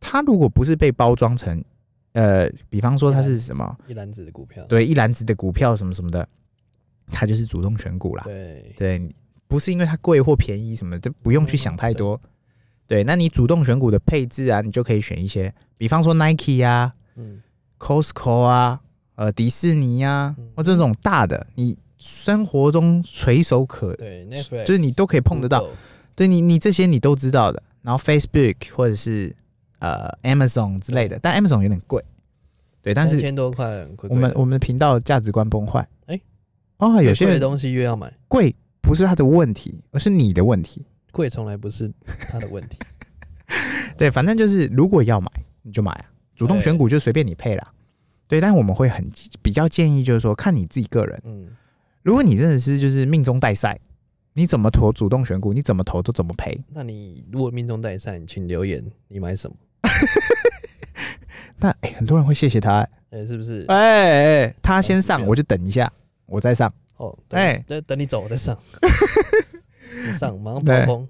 Speaker 2: 它如果不是被包装成，呃，比方说它是什么，
Speaker 1: 一篮子的股票。
Speaker 2: 对，一篮子的股票什么什么的，它就是主动选股啦。
Speaker 1: 对，
Speaker 2: 对，你不是因为它贵或便宜什么的，就不用
Speaker 1: 嗯
Speaker 2: 去想太多。对，那你主动选股的配置啊，你就可以选一些，比方说 Nike 啊、
Speaker 1: 嗯，
Speaker 2: Costco 啊、呃迪士尼啊
Speaker 1: 嗯，
Speaker 2: 或这种大的，你生活中垂手可，
Speaker 1: 对，Netflix
Speaker 2: 就是你都可以碰得到。
Speaker 1: Google，
Speaker 2: 对你，你这些你都知道的。然后 Facebook 或者是呃 Amazon 之类的，但 Amazon 有点贵。对，但
Speaker 1: 三
Speaker 2: 是
Speaker 1: 千多块很贵贵的，
Speaker 2: 我们我们的频道价值观崩坏。
Speaker 1: 哎
Speaker 2: 哦，有
Speaker 1: 越
Speaker 2: 些
Speaker 1: 贵的
Speaker 2: 人
Speaker 1: 东西越要买，
Speaker 2: 贵不是他的问题，而是你的问题。
Speaker 1: 贵从来不是他的 问题。
Speaker 2: 对，反正就是如果要买你就买啊，主动选股就随便你配啦。对，但我们会很比较建议，就是说看你自己个人。
Speaker 1: 嗯，
Speaker 2: 如果你真的是就是命中带赛，你怎么投主动选股，你怎么投都怎么赔。
Speaker 1: 那你如果命中带赛，你请留言，你买什么？
Speaker 2: 那、哎，很多人会谢谢他、欸，
Speaker 1: 哎、是不是？
Speaker 2: 哎、哎、他先
Speaker 1: 随
Speaker 2: 上，
Speaker 1: 便
Speaker 2: 我就等一下，我再上。
Speaker 1: 哦，等
Speaker 2: 哎
Speaker 1: 等等你走我再 上，你上马上
Speaker 2: 对
Speaker 1: 抛空，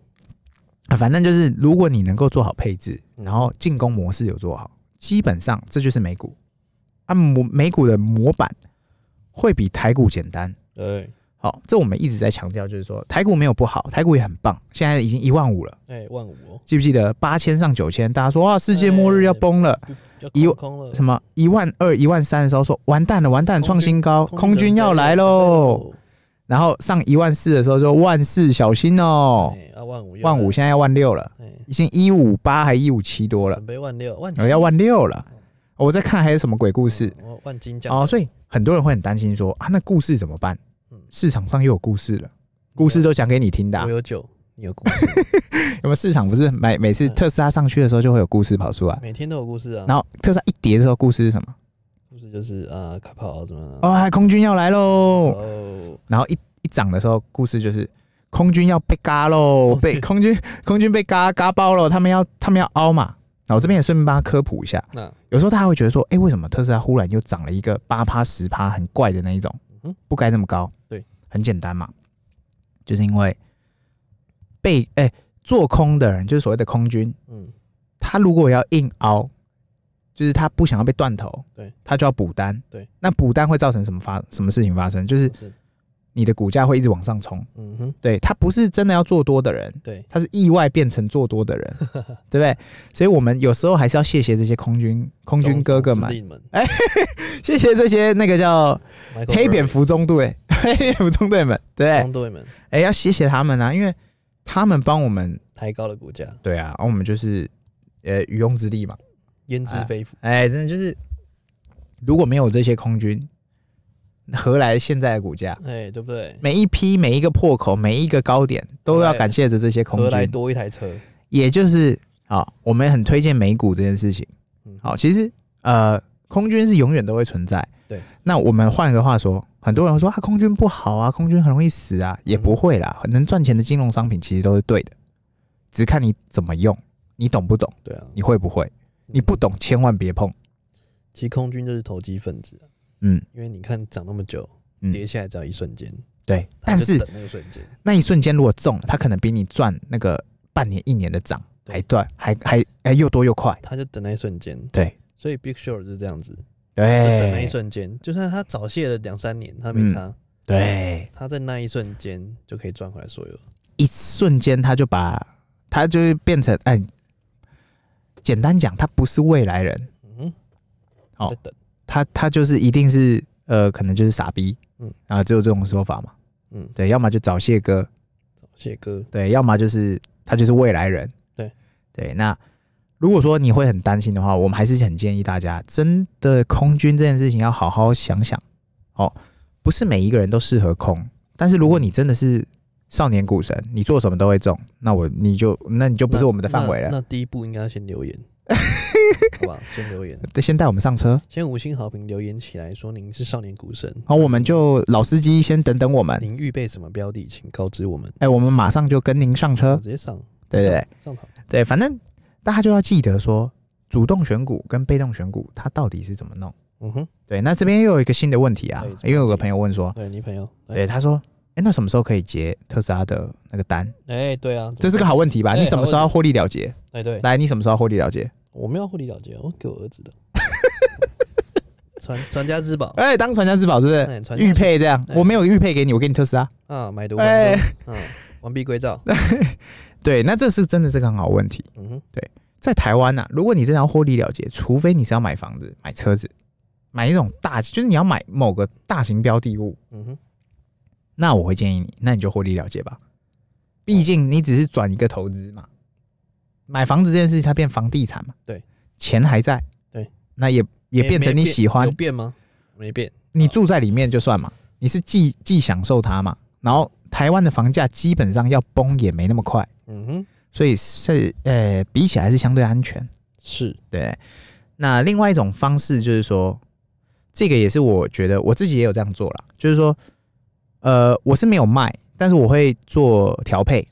Speaker 2: 啊反正就是如果你能够做好配置，
Speaker 1: 嗯
Speaker 2: 然后进攻模式有做好，基本上这就是美股。啊，模美股的模板会比台股简单。
Speaker 1: 对，
Speaker 2: 好、这我们一直在强调，就是说台股没有不好，台股也很棒，现在已经一万五了，
Speaker 1: 哎、万五哦，
Speaker 2: 记不记得八千上九千，大家说啊世界末日要崩了，
Speaker 1: 要
Speaker 2: 一
Speaker 1: 空空了，
Speaker 2: 什么一万二、一万三的时候说完蛋了，完蛋了，
Speaker 1: 空军
Speaker 2: 创新高，空军
Speaker 1: 人
Speaker 2: 要来喽，，然后上一万四的时候说万四小心
Speaker 1: 哦
Speaker 2: 哦，，
Speaker 1: 哎啊万五又来
Speaker 2: 万五，现在要万六了，
Speaker 1: 哎、
Speaker 2: 已经一五八还一五七多了，
Speaker 1: 准备万六万七，
Speaker 2: 我哦要万六了，
Speaker 1: 嗯
Speaker 2: 哦我在看还有什么鬼故
Speaker 1: 不
Speaker 2: 事
Speaker 1: 哦，万金奖
Speaker 2: 哦，所以很多人会很担心说啊，那故事怎么办
Speaker 1: 嗯？
Speaker 2: 市场上又有故事了，故事都讲给你听的啊、
Speaker 1: 我有酒，你有故事，
Speaker 2: 我们市场不是每每次
Speaker 1: 嗯
Speaker 2: 特斯拉上去的时候就会有故事跑 出来，
Speaker 1: 每天都有故事啊，
Speaker 2: 然后特斯拉一跌的时候故事是什么？
Speaker 1: 故事就是啊，开跑怎么样，
Speaker 2: 哦，空军要来喽！
Speaker 1: 哦，
Speaker 2: 然后一一涨的时候故事就是空军要被嘎
Speaker 1: 空
Speaker 2: 喽，
Speaker 1: 军
Speaker 2: 被空军空军被嘎嘎爆喽，他们要他们要凹嘛。然后我这边也顺便帮他科普一下，
Speaker 1: 那
Speaker 2: 有时候大家会觉得说，哎、为什么特斯拉忽然又涨了一个八趴十趴，很怪的那一种
Speaker 1: 嗯哼，
Speaker 2: 不该那么高？
Speaker 1: 对，
Speaker 2: 很简单嘛，就是因为被哎、做空的人，就是所谓的空军，
Speaker 1: 嗯，
Speaker 2: 他如果要硬凹，就是他不想要被断头，
Speaker 1: 对，
Speaker 2: 他就要补单，
Speaker 1: 对，
Speaker 2: 那补单会造成什么发什么事情发生？就是
Speaker 1: 是，
Speaker 2: 你的股价会一直往上冲，
Speaker 1: 嗯哼，
Speaker 2: 对他不是真的要做多的人，
Speaker 1: 对，
Speaker 2: 他是意外变成做多 的人，对不对？所以我们有时候还是要谢谢这些空军空军哥哥
Speaker 1: 们
Speaker 2: 们，，谢谢这些那个叫
Speaker 1: Michael
Speaker 2: 黑蝙
Speaker 1: Burry，
Speaker 2: 蝠中队、 黑蝙蝠中队们，对不对，
Speaker 1: 中队们
Speaker 2: 哎、要谢谢他们啊，因为他们帮我们，
Speaker 1: 抬高了股价，
Speaker 2: 对啊，我们就是呃渔翁之利嘛。
Speaker 1: 焉知非福。
Speaker 2: 哎，真的就是，如果没有这些空军，何来现在的股价？
Speaker 1: 哎，对不对？
Speaker 2: 每一批、每一个破口、每一个高点，都要感谢着这些空
Speaker 1: 何来
Speaker 2: 军。
Speaker 1: 多一台车？
Speaker 2: 也就是啊、我们很推荐美股这件事情
Speaker 1: 嗯。
Speaker 2: 好、其实呃，空军是永远都会存在。
Speaker 1: 对，
Speaker 2: 那我们换个话说，很多人会说啊，空军不好啊，空军很容易死
Speaker 1: 嗯
Speaker 2: 啊，也不会啦，能赚钱的金融商品其实都是对的，只看你怎么用，你懂不懂，
Speaker 1: 对啊，
Speaker 2: 你会不会，你不懂千万别碰。
Speaker 1: 其实空军就是投机分子啊、
Speaker 2: 嗯，
Speaker 1: 因为你看涨那么久，
Speaker 2: 嗯
Speaker 1: 跌下来只要一瞬间，
Speaker 2: 对。
Speaker 1: 它
Speaker 2: 但
Speaker 1: 就是等那个瞬间，
Speaker 2: 那一瞬间如果中了，它可能比你赚那个半年一年的涨
Speaker 1: 对
Speaker 2: 还赚，还还还又多又快。
Speaker 1: 它就等那一瞬间。
Speaker 2: 对哎
Speaker 1: 所以 Big Short 就是这样子，就等那一
Speaker 2: 对
Speaker 1: 瞬间，就算它早泄了两三年，它
Speaker 2: 嗯
Speaker 1: 没差，
Speaker 2: 对，
Speaker 1: 它在那一瞬间就可以赚回来所有。
Speaker 2: 一瞬间他就把他就会变成哎，简单讲，他不是未来人，
Speaker 1: 嗯，
Speaker 2: 哦
Speaker 1: 在等，
Speaker 2: 他他就是一定是呃，可能就是傻逼，嗯
Speaker 1: 嗯，
Speaker 2: 啊，只有这种说法嘛。
Speaker 1: 嗯，
Speaker 2: 对，要么就早泄哥，
Speaker 1: 早泄哥，
Speaker 2: 对，要么就是他就是未来人。
Speaker 1: 对
Speaker 2: 对，那如果说你会很担心的话，我们还是很建议大家，真的空军这件事情要好好想想哦，不是每一个人都适合空，但是如果你真的是少年股神，你做什么都会中，那我你就那你就不是我们的范围
Speaker 1: 那
Speaker 2: 了。
Speaker 1: 那第一步应该先留 言，好吧，先留言，
Speaker 2: 先带我们上车，
Speaker 1: 先五星好评留言起来，说您是少年股神。
Speaker 2: 好，我们就老司机先等等我们，
Speaker 1: 您预备什么标的，请告知我们。
Speaker 2: 哎、我们马上就跟您上
Speaker 1: 我
Speaker 2: 车。
Speaker 1: 直接上，
Speaker 2: 嗯对对
Speaker 1: 上
Speaker 2: 对，
Speaker 1: 上场。
Speaker 2: 对，反正大家就要记得说，主动选股跟被动选股它到底是怎么弄。
Speaker 1: 嗯哼，
Speaker 2: 对，那这边又有一个新的问题啊
Speaker 1: 哎怎么，
Speaker 2: 因为有个
Speaker 1: 问题
Speaker 2: 朋友问说，
Speaker 1: 对你朋友，哎
Speaker 2: 对，他说，哎、那什么时候可以结特斯拉的那个单？
Speaker 1: 哎，对啊，
Speaker 2: 这是个好问题吧？
Speaker 1: 哎
Speaker 2: 你什么时候要获利了结？
Speaker 1: 哎对，
Speaker 2: 来，你什么时候要获利了结？
Speaker 1: 我们要获利了结，我哦给我儿子的 传传家之宝，
Speaker 2: 哎、当传家之宝是不是？
Speaker 1: 哎传家
Speaker 2: 玉佩这样，
Speaker 1: 哎
Speaker 2: 我没有玉佩给你，我给你特斯拉。
Speaker 1: 啊，买椟
Speaker 2: 哎
Speaker 1: 完终，嗯，完璧归赵。
Speaker 2: 对，那这是真的是个很好问题。
Speaker 1: 嗯哼，
Speaker 2: 在台湾呐、如果你真的要获利了结，除非你是要买房子、买车子、买一种大，就是你要买某个大型标的物，
Speaker 1: 嗯哼，
Speaker 2: 那我会建议你，那你就获利了结吧。毕竟你只是转一个投资嘛，买房子这件事情它变房地产嘛，
Speaker 1: 对，
Speaker 2: 钱还在，
Speaker 1: 对，
Speaker 2: 那也也变成你喜欢
Speaker 1: 有，变吗？没嗯变，
Speaker 2: 你住在里面就算嘛，你是既既享受它嘛，然后台湾的房价基本上要崩也没那么快，
Speaker 1: 嗯哼，
Speaker 2: 所以是呃比起来是相对安全，
Speaker 1: 是，
Speaker 2: 对。那另外一种方式就是说，这个也是我觉得我自己也有这样做啦，就是说，呃，我是没有卖，但是我会做调配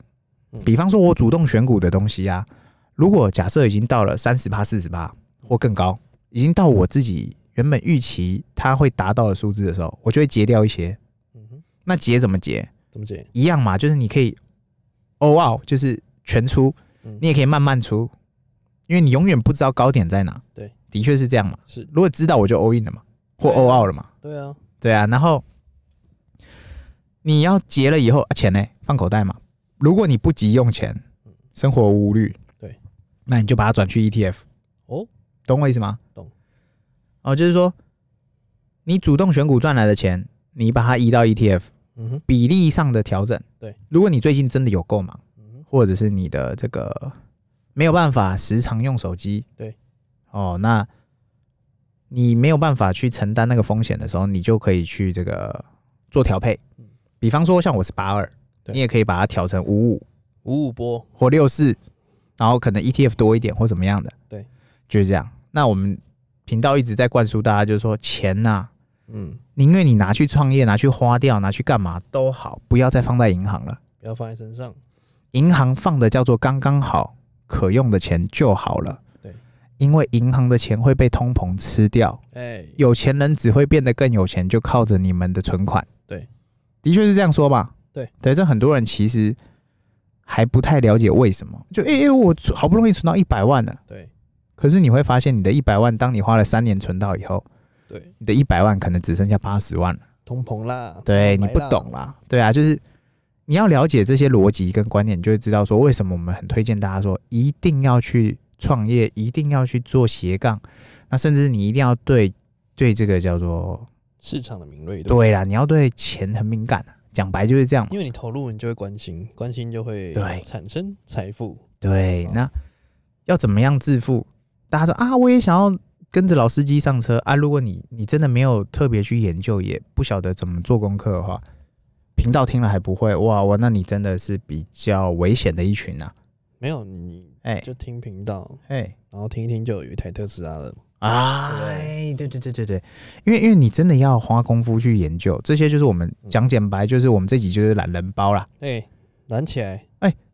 Speaker 1: 嗯。
Speaker 2: 比方说，我主动选股的东西啊，如果假设已经到了三十八、四十八或更高，已经到我自己原本预期它会达到的数字的时候，我就会截掉一些。
Speaker 1: 嗯哼，
Speaker 2: 那截怎么截？
Speaker 1: 怎么解？
Speaker 2: 一样嘛，就是你可以 all out，就是全出
Speaker 1: 嗯，
Speaker 2: 你也可以慢慢出，因为你永远不知道高点在哪。
Speaker 1: 对，
Speaker 2: 的确是这样嘛。
Speaker 1: 是，
Speaker 2: 如果知道我就 all in 了嘛，或
Speaker 1: 对
Speaker 2: all out 了嘛，
Speaker 1: 对啊，
Speaker 2: 对啊。然后你要结了以后，啊、钱呢放口袋嘛。如果你不急用钱，生活无虑，
Speaker 1: 对，
Speaker 2: 那你就把它转去 ETF，
Speaker 1: 哦，
Speaker 2: 懂我意思吗？
Speaker 1: 懂。
Speaker 2: 哦，就是说你主动选股赚来的钱，你把它移到 E ETF，
Speaker 1: 嗯哼，
Speaker 2: 比例上的调整。
Speaker 1: 对，
Speaker 2: 如果你最近真的有够忙，
Speaker 1: 嗯哼，
Speaker 2: 或者是你的这个没有办法时常用手机，
Speaker 1: 对，
Speaker 2: 哦，那你没有办法去承担那个风险的时候，你就可以去这个做调配
Speaker 1: 嗯。
Speaker 2: 比方说，像我是八二，
Speaker 1: 对
Speaker 2: 你也可以把它调成五五
Speaker 1: 五五波，
Speaker 2: 或六四，然后可能 ETF 多一点或怎么样的。
Speaker 1: 对，
Speaker 2: 就是这样。那我们频道一直在灌输大家，就是说钱呐、
Speaker 1: 嗯，
Speaker 2: 宁愿你拿去创业、拿去花掉、拿去干嘛都好，不要再放在银行了。
Speaker 1: 不要放在身上，
Speaker 2: 银行放的叫做刚刚好可用的钱就好了。
Speaker 1: 对，
Speaker 2: 因为银行的钱会被通膨吃掉，
Speaker 1: 哎，
Speaker 2: 有钱人只会变得更有钱，就靠着你们的存款。
Speaker 1: 对，
Speaker 2: 的确是这样说嘛。
Speaker 1: 对
Speaker 2: 对，这很多人其实还不太了解为什么。就哎、诶我存好不容易存到一百万了，
Speaker 1: 对
Speaker 2: 可是你会发现你的一百万，当你花了三年存到以后，
Speaker 1: 对，
Speaker 2: 你的一百万可能只剩下八十万了。
Speaker 1: 通膨啦，
Speaker 2: 对你
Speaker 1: 买
Speaker 2: 不
Speaker 1: 啦
Speaker 2: 懂，啦，对啊，就是你要了解这些逻辑跟观念，你就会知道说为什么我们很推荐大家说一定要去创业，一定要去做斜杠，那甚至你一定要对对这个叫做
Speaker 1: 市场的敏锐度，
Speaker 2: 对啦，你要对钱很敏感啊，讲白就是这样嘛。
Speaker 1: 因为你投入，你就会关心，关心就会
Speaker 2: 对
Speaker 1: 产生财富。
Speaker 2: 对
Speaker 1: 哦，
Speaker 2: 那要怎么样致富？大家说啊，我也想要跟着老司机上车啊。如果你你真的没有特别去研究，也不晓得怎么做功课的话，频道听了还不会哇哇，那你真的是比较危险的一群啊！
Speaker 1: 没有你
Speaker 2: 哎
Speaker 1: 就听频道，
Speaker 2: 哎
Speaker 1: 然后听一听就有一台特斯拉了。
Speaker 2: 哎，对对对对对，因为因为你真的要花功夫去研究这些，就是我们讲简白，就是我们这集就是懒人包啦，
Speaker 1: 哎，燃起来，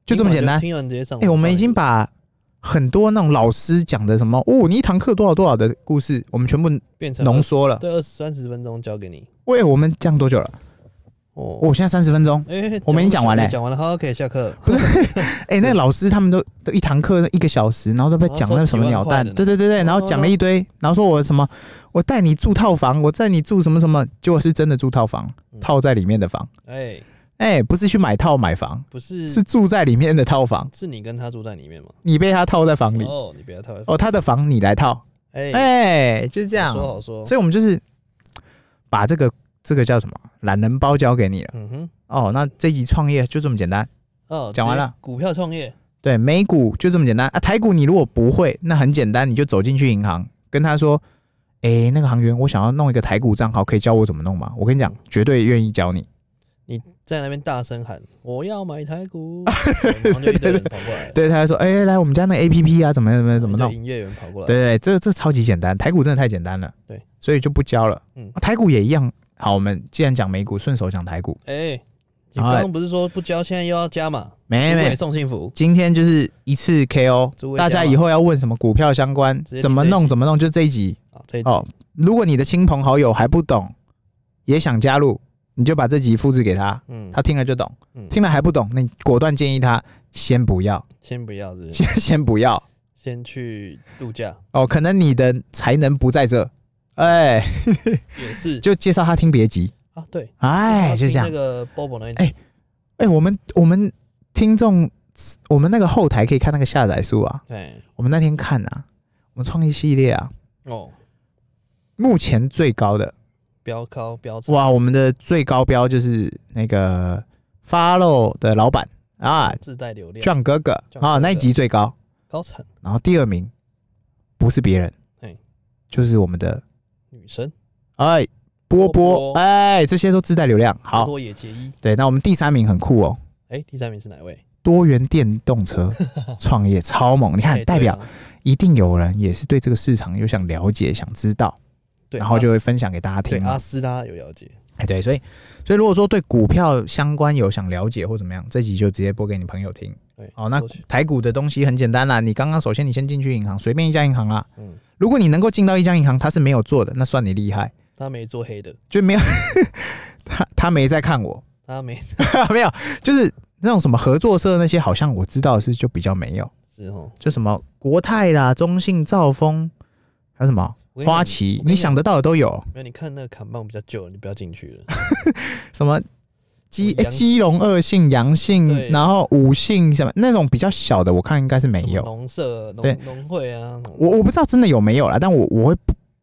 Speaker 2: 就这么简单。哎
Speaker 1: 听完直接上。
Speaker 2: 哎、我们已经把很多那种老师讲的什么哦，你一堂课多少多少的故事，我们全部
Speaker 1: 变成
Speaker 2: 浓
Speaker 1: 20
Speaker 2: 缩了。
Speaker 1: 对，二三十分钟交给你。
Speaker 2: 喂，我们讲多久了？
Speaker 1: 哦，
Speaker 2: 我、现在三十分钟。
Speaker 1: 哎、
Speaker 2: 我们已经讲完了
Speaker 1: 讲完了，好，OK，下课。
Speaker 2: 哎、那老师他们都都一堂课一个小时，然后都被讲那什么鸟蛋
Speaker 1: 哦然后说几万块的，呢
Speaker 2: 对对对对，然后讲了一堆，然后说我什么，我带你住套房，我带你住什么什么，结果是真的住套房，
Speaker 1: 嗯
Speaker 2: 套在里面的房，
Speaker 1: 哎、
Speaker 2: 哎、不是去买套买房，
Speaker 1: 不是
Speaker 2: 是
Speaker 1: 是
Speaker 2: 住在里面的套房，
Speaker 1: 你跟他住在里面吗？
Speaker 2: 你被他套在房里，
Speaker 1: 哦，你不要太
Speaker 2: 哦，他的房你来套，
Speaker 1: 哎、
Speaker 2: 哎、就是这样
Speaker 1: 好，说好说。
Speaker 2: 所以我们就是把这个这个叫什么懒人包交给你了，
Speaker 1: 嗯哼，
Speaker 2: 哦，那这一集创业就这么简单，
Speaker 1: 哦，
Speaker 2: 讲完了
Speaker 1: 直接股票创业，
Speaker 2: 对，美股就这么简单啊。台股你如果不会，那很简单，你就走进去银行跟他说：“哎、那个行员，我想要弄一个台股账号，可以教我怎么弄吗？”我跟你讲，绝对愿意教你。
Speaker 1: 你在那边大声喊我要买台 股，然后就一堆人跑过来，
Speaker 2: 对，他就说：“哎、来我们家那 A P P 啊，怎么怎么怎么
Speaker 1: 然后
Speaker 2: 弄
Speaker 1: 一堆？”营业员跑过来，
Speaker 2: 对对，对这这超级简单，台股真的太简单了。
Speaker 1: 对，
Speaker 2: 所以就不教了。
Speaker 1: 嗯
Speaker 2: 啊台股也一样。好，我们既然讲美股，顺手讲台股。
Speaker 1: 哎、你
Speaker 2: 好
Speaker 1: 刚
Speaker 2: 哎
Speaker 1: 刚不是说不交，现在又要加码？
Speaker 2: 没
Speaker 1: 祝
Speaker 2: 没
Speaker 1: 你，送幸福，
Speaker 2: 今天就是一次 K O，
Speaker 1: 诸位
Speaker 2: 大家
Speaker 1: 加码
Speaker 2: 以后要问什么股票相关
Speaker 1: 直接，
Speaker 2: 怎么
Speaker 1: 听这一
Speaker 2: 弄
Speaker 1: 集
Speaker 2: 怎么弄，就这一集。
Speaker 1: 好，啊这一集、
Speaker 2: 哦，如果你的亲朋好友还不懂，也想加入，你就把这集复制给他，
Speaker 1: 嗯，
Speaker 2: 他听了就懂。
Speaker 1: 嗯
Speaker 2: 听了还不懂，那你果断建议他先 不要，
Speaker 1: 先不要是不是
Speaker 2: 先先不要。
Speaker 1: 先去度假，
Speaker 2: 哦，可能你的才能不在这，哎、
Speaker 1: 也是
Speaker 2: 就介绍他听别集，
Speaker 1: 啊，对，
Speaker 2: 哎，就这样
Speaker 1: 那。个 Bobo 那一
Speaker 2: 哎
Speaker 1: 集，
Speaker 2: 哎、我们我们听众，我们那个后台可以看那个下载数啊。
Speaker 1: 对，
Speaker 2: 我们那天看啊，我们创意系列啊，
Speaker 1: 哦，
Speaker 2: 目前最高的
Speaker 1: 标高标差，
Speaker 2: 哇，我们的最高标就是那个 Follow 的老板啊，
Speaker 1: 自带流量，
Speaker 2: 壮哥哥
Speaker 1: 壮哥哥
Speaker 2: 啊，那一集最高，
Speaker 1: 高产
Speaker 2: 然后第二名不是别人
Speaker 1: 嘿，
Speaker 2: 就是我们的
Speaker 1: 女神，
Speaker 2: 哎
Speaker 1: 波
Speaker 2: 波波
Speaker 1: 波
Speaker 2: 哎，这些都自带流量。
Speaker 1: 波
Speaker 2: 好，
Speaker 1: 多野结衣，
Speaker 2: 对，那我们第三名很酷哦，
Speaker 1: 哎，第三名是哪位？
Speaker 2: 多元电动 车创业超猛，你看
Speaker 1: 哎
Speaker 2: 代表，
Speaker 1: 对啊
Speaker 2: 一定有人也是对这个市场有想了解、想知道，
Speaker 1: 对
Speaker 2: 然后就
Speaker 1: 阿
Speaker 2: 会
Speaker 1: 斯
Speaker 2: 分享给大家
Speaker 1: 对啊
Speaker 2: 听哦。
Speaker 1: 阿斯拉有了解，
Speaker 2: 哎，对，所以所以如果说对股票相关有想了解或怎么样，这集就直接播给你朋友听。
Speaker 1: 对，
Speaker 2: 哦，那
Speaker 1: 过去
Speaker 2: 台股的东西很简单啦，你刚刚首先你先进去银行，随便一家银行啦。
Speaker 1: 嗯，
Speaker 2: 如果你能够进到一家银行，它是没有做的，那算你厉害，
Speaker 1: 他没做黑的，
Speaker 2: 就没有他他没在看我，
Speaker 1: 他没
Speaker 2: 没有，就是那种什么合作社那些，好像我知道的是就比较没有，
Speaker 1: 是哦，
Speaker 2: 就什么国泰啦、中信、兆丰，还有什么
Speaker 1: 我跟你讲
Speaker 2: 花旗，
Speaker 1: 我跟
Speaker 2: 你
Speaker 1: 你
Speaker 2: 想得到的都有，
Speaker 1: 没有？你看那个砍棒比较旧，你不要进去了，
Speaker 2: 什么。基、
Speaker 1: 什么
Speaker 2: 诶
Speaker 1: 阳
Speaker 2: 基隆二信、阳信，
Speaker 1: 对
Speaker 2: 然后五信什么那种比较小的，我看应该是 没
Speaker 1: 什么
Speaker 2: 有。
Speaker 1: 农舍、
Speaker 2: 对
Speaker 1: 农农会啊，
Speaker 2: 我我不知道真的有没有啦，但我我会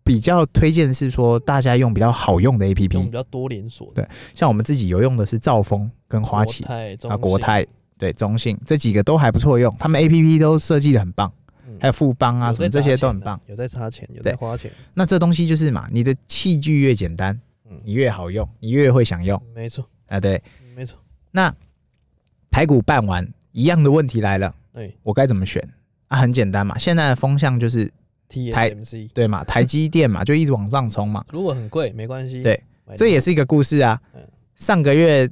Speaker 2: 比较推荐是说大家用比较好用的A P
Speaker 1: 用比
Speaker 2: P，
Speaker 1: 较多连锁的，
Speaker 2: 对像我们自己有用的是兆丰跟花旗
Speaker 1: 泰
Speaker 2: 啊、
Speaker 1: 中
Speaker 2: 国
Speaker 1: 信，
Speaker 2: 泰对中信这几个都还不错用，他们 A P P 都设计的很棒，
Speaker 1: 嗯
Speaker 2: 还有富邦啊
Speaker 1: 有
Speaker 2: 什
Speaker 1: 在
Speaker 2: 么这
Speaker 1: 砸
Speaker 2: 些都
Speaker 1: 钱
Speaker 2: 很
Speaker 1: 的
Speaker 2: 棒。
Speaker 1: 有在差钱，有在
Speaker 2: 对
Speaker 1: 花钱，
Speaker 2: 那这东西就是嘛，你的器具越简单，
Speaker 1: 嗯
Speaker 2: 你越好用，你越会想用
Speaker 1: 没错，
Speaker 2: 啊。对，
Speaker 1: 没错，
Speaker 2: 那台股办完一样的问题来了，
Speaker 1: 哎
Speaker 2: 我该怎么选啊？很简单嘛，现在的风向就是台
Speaker 1: ，TSMC
Speaker 2: 对嘛，台积电嘛，就一直往上冲嘛。
Speaker 1: 如果很贵没关系，
Speaker 2: 对
Speaker 1: 买
Speaker 2: 这
Speaker 1: 零
Speaker 2: 也是一个故事啊
Speaker 1: 嗯。
Speaker 2: 上个月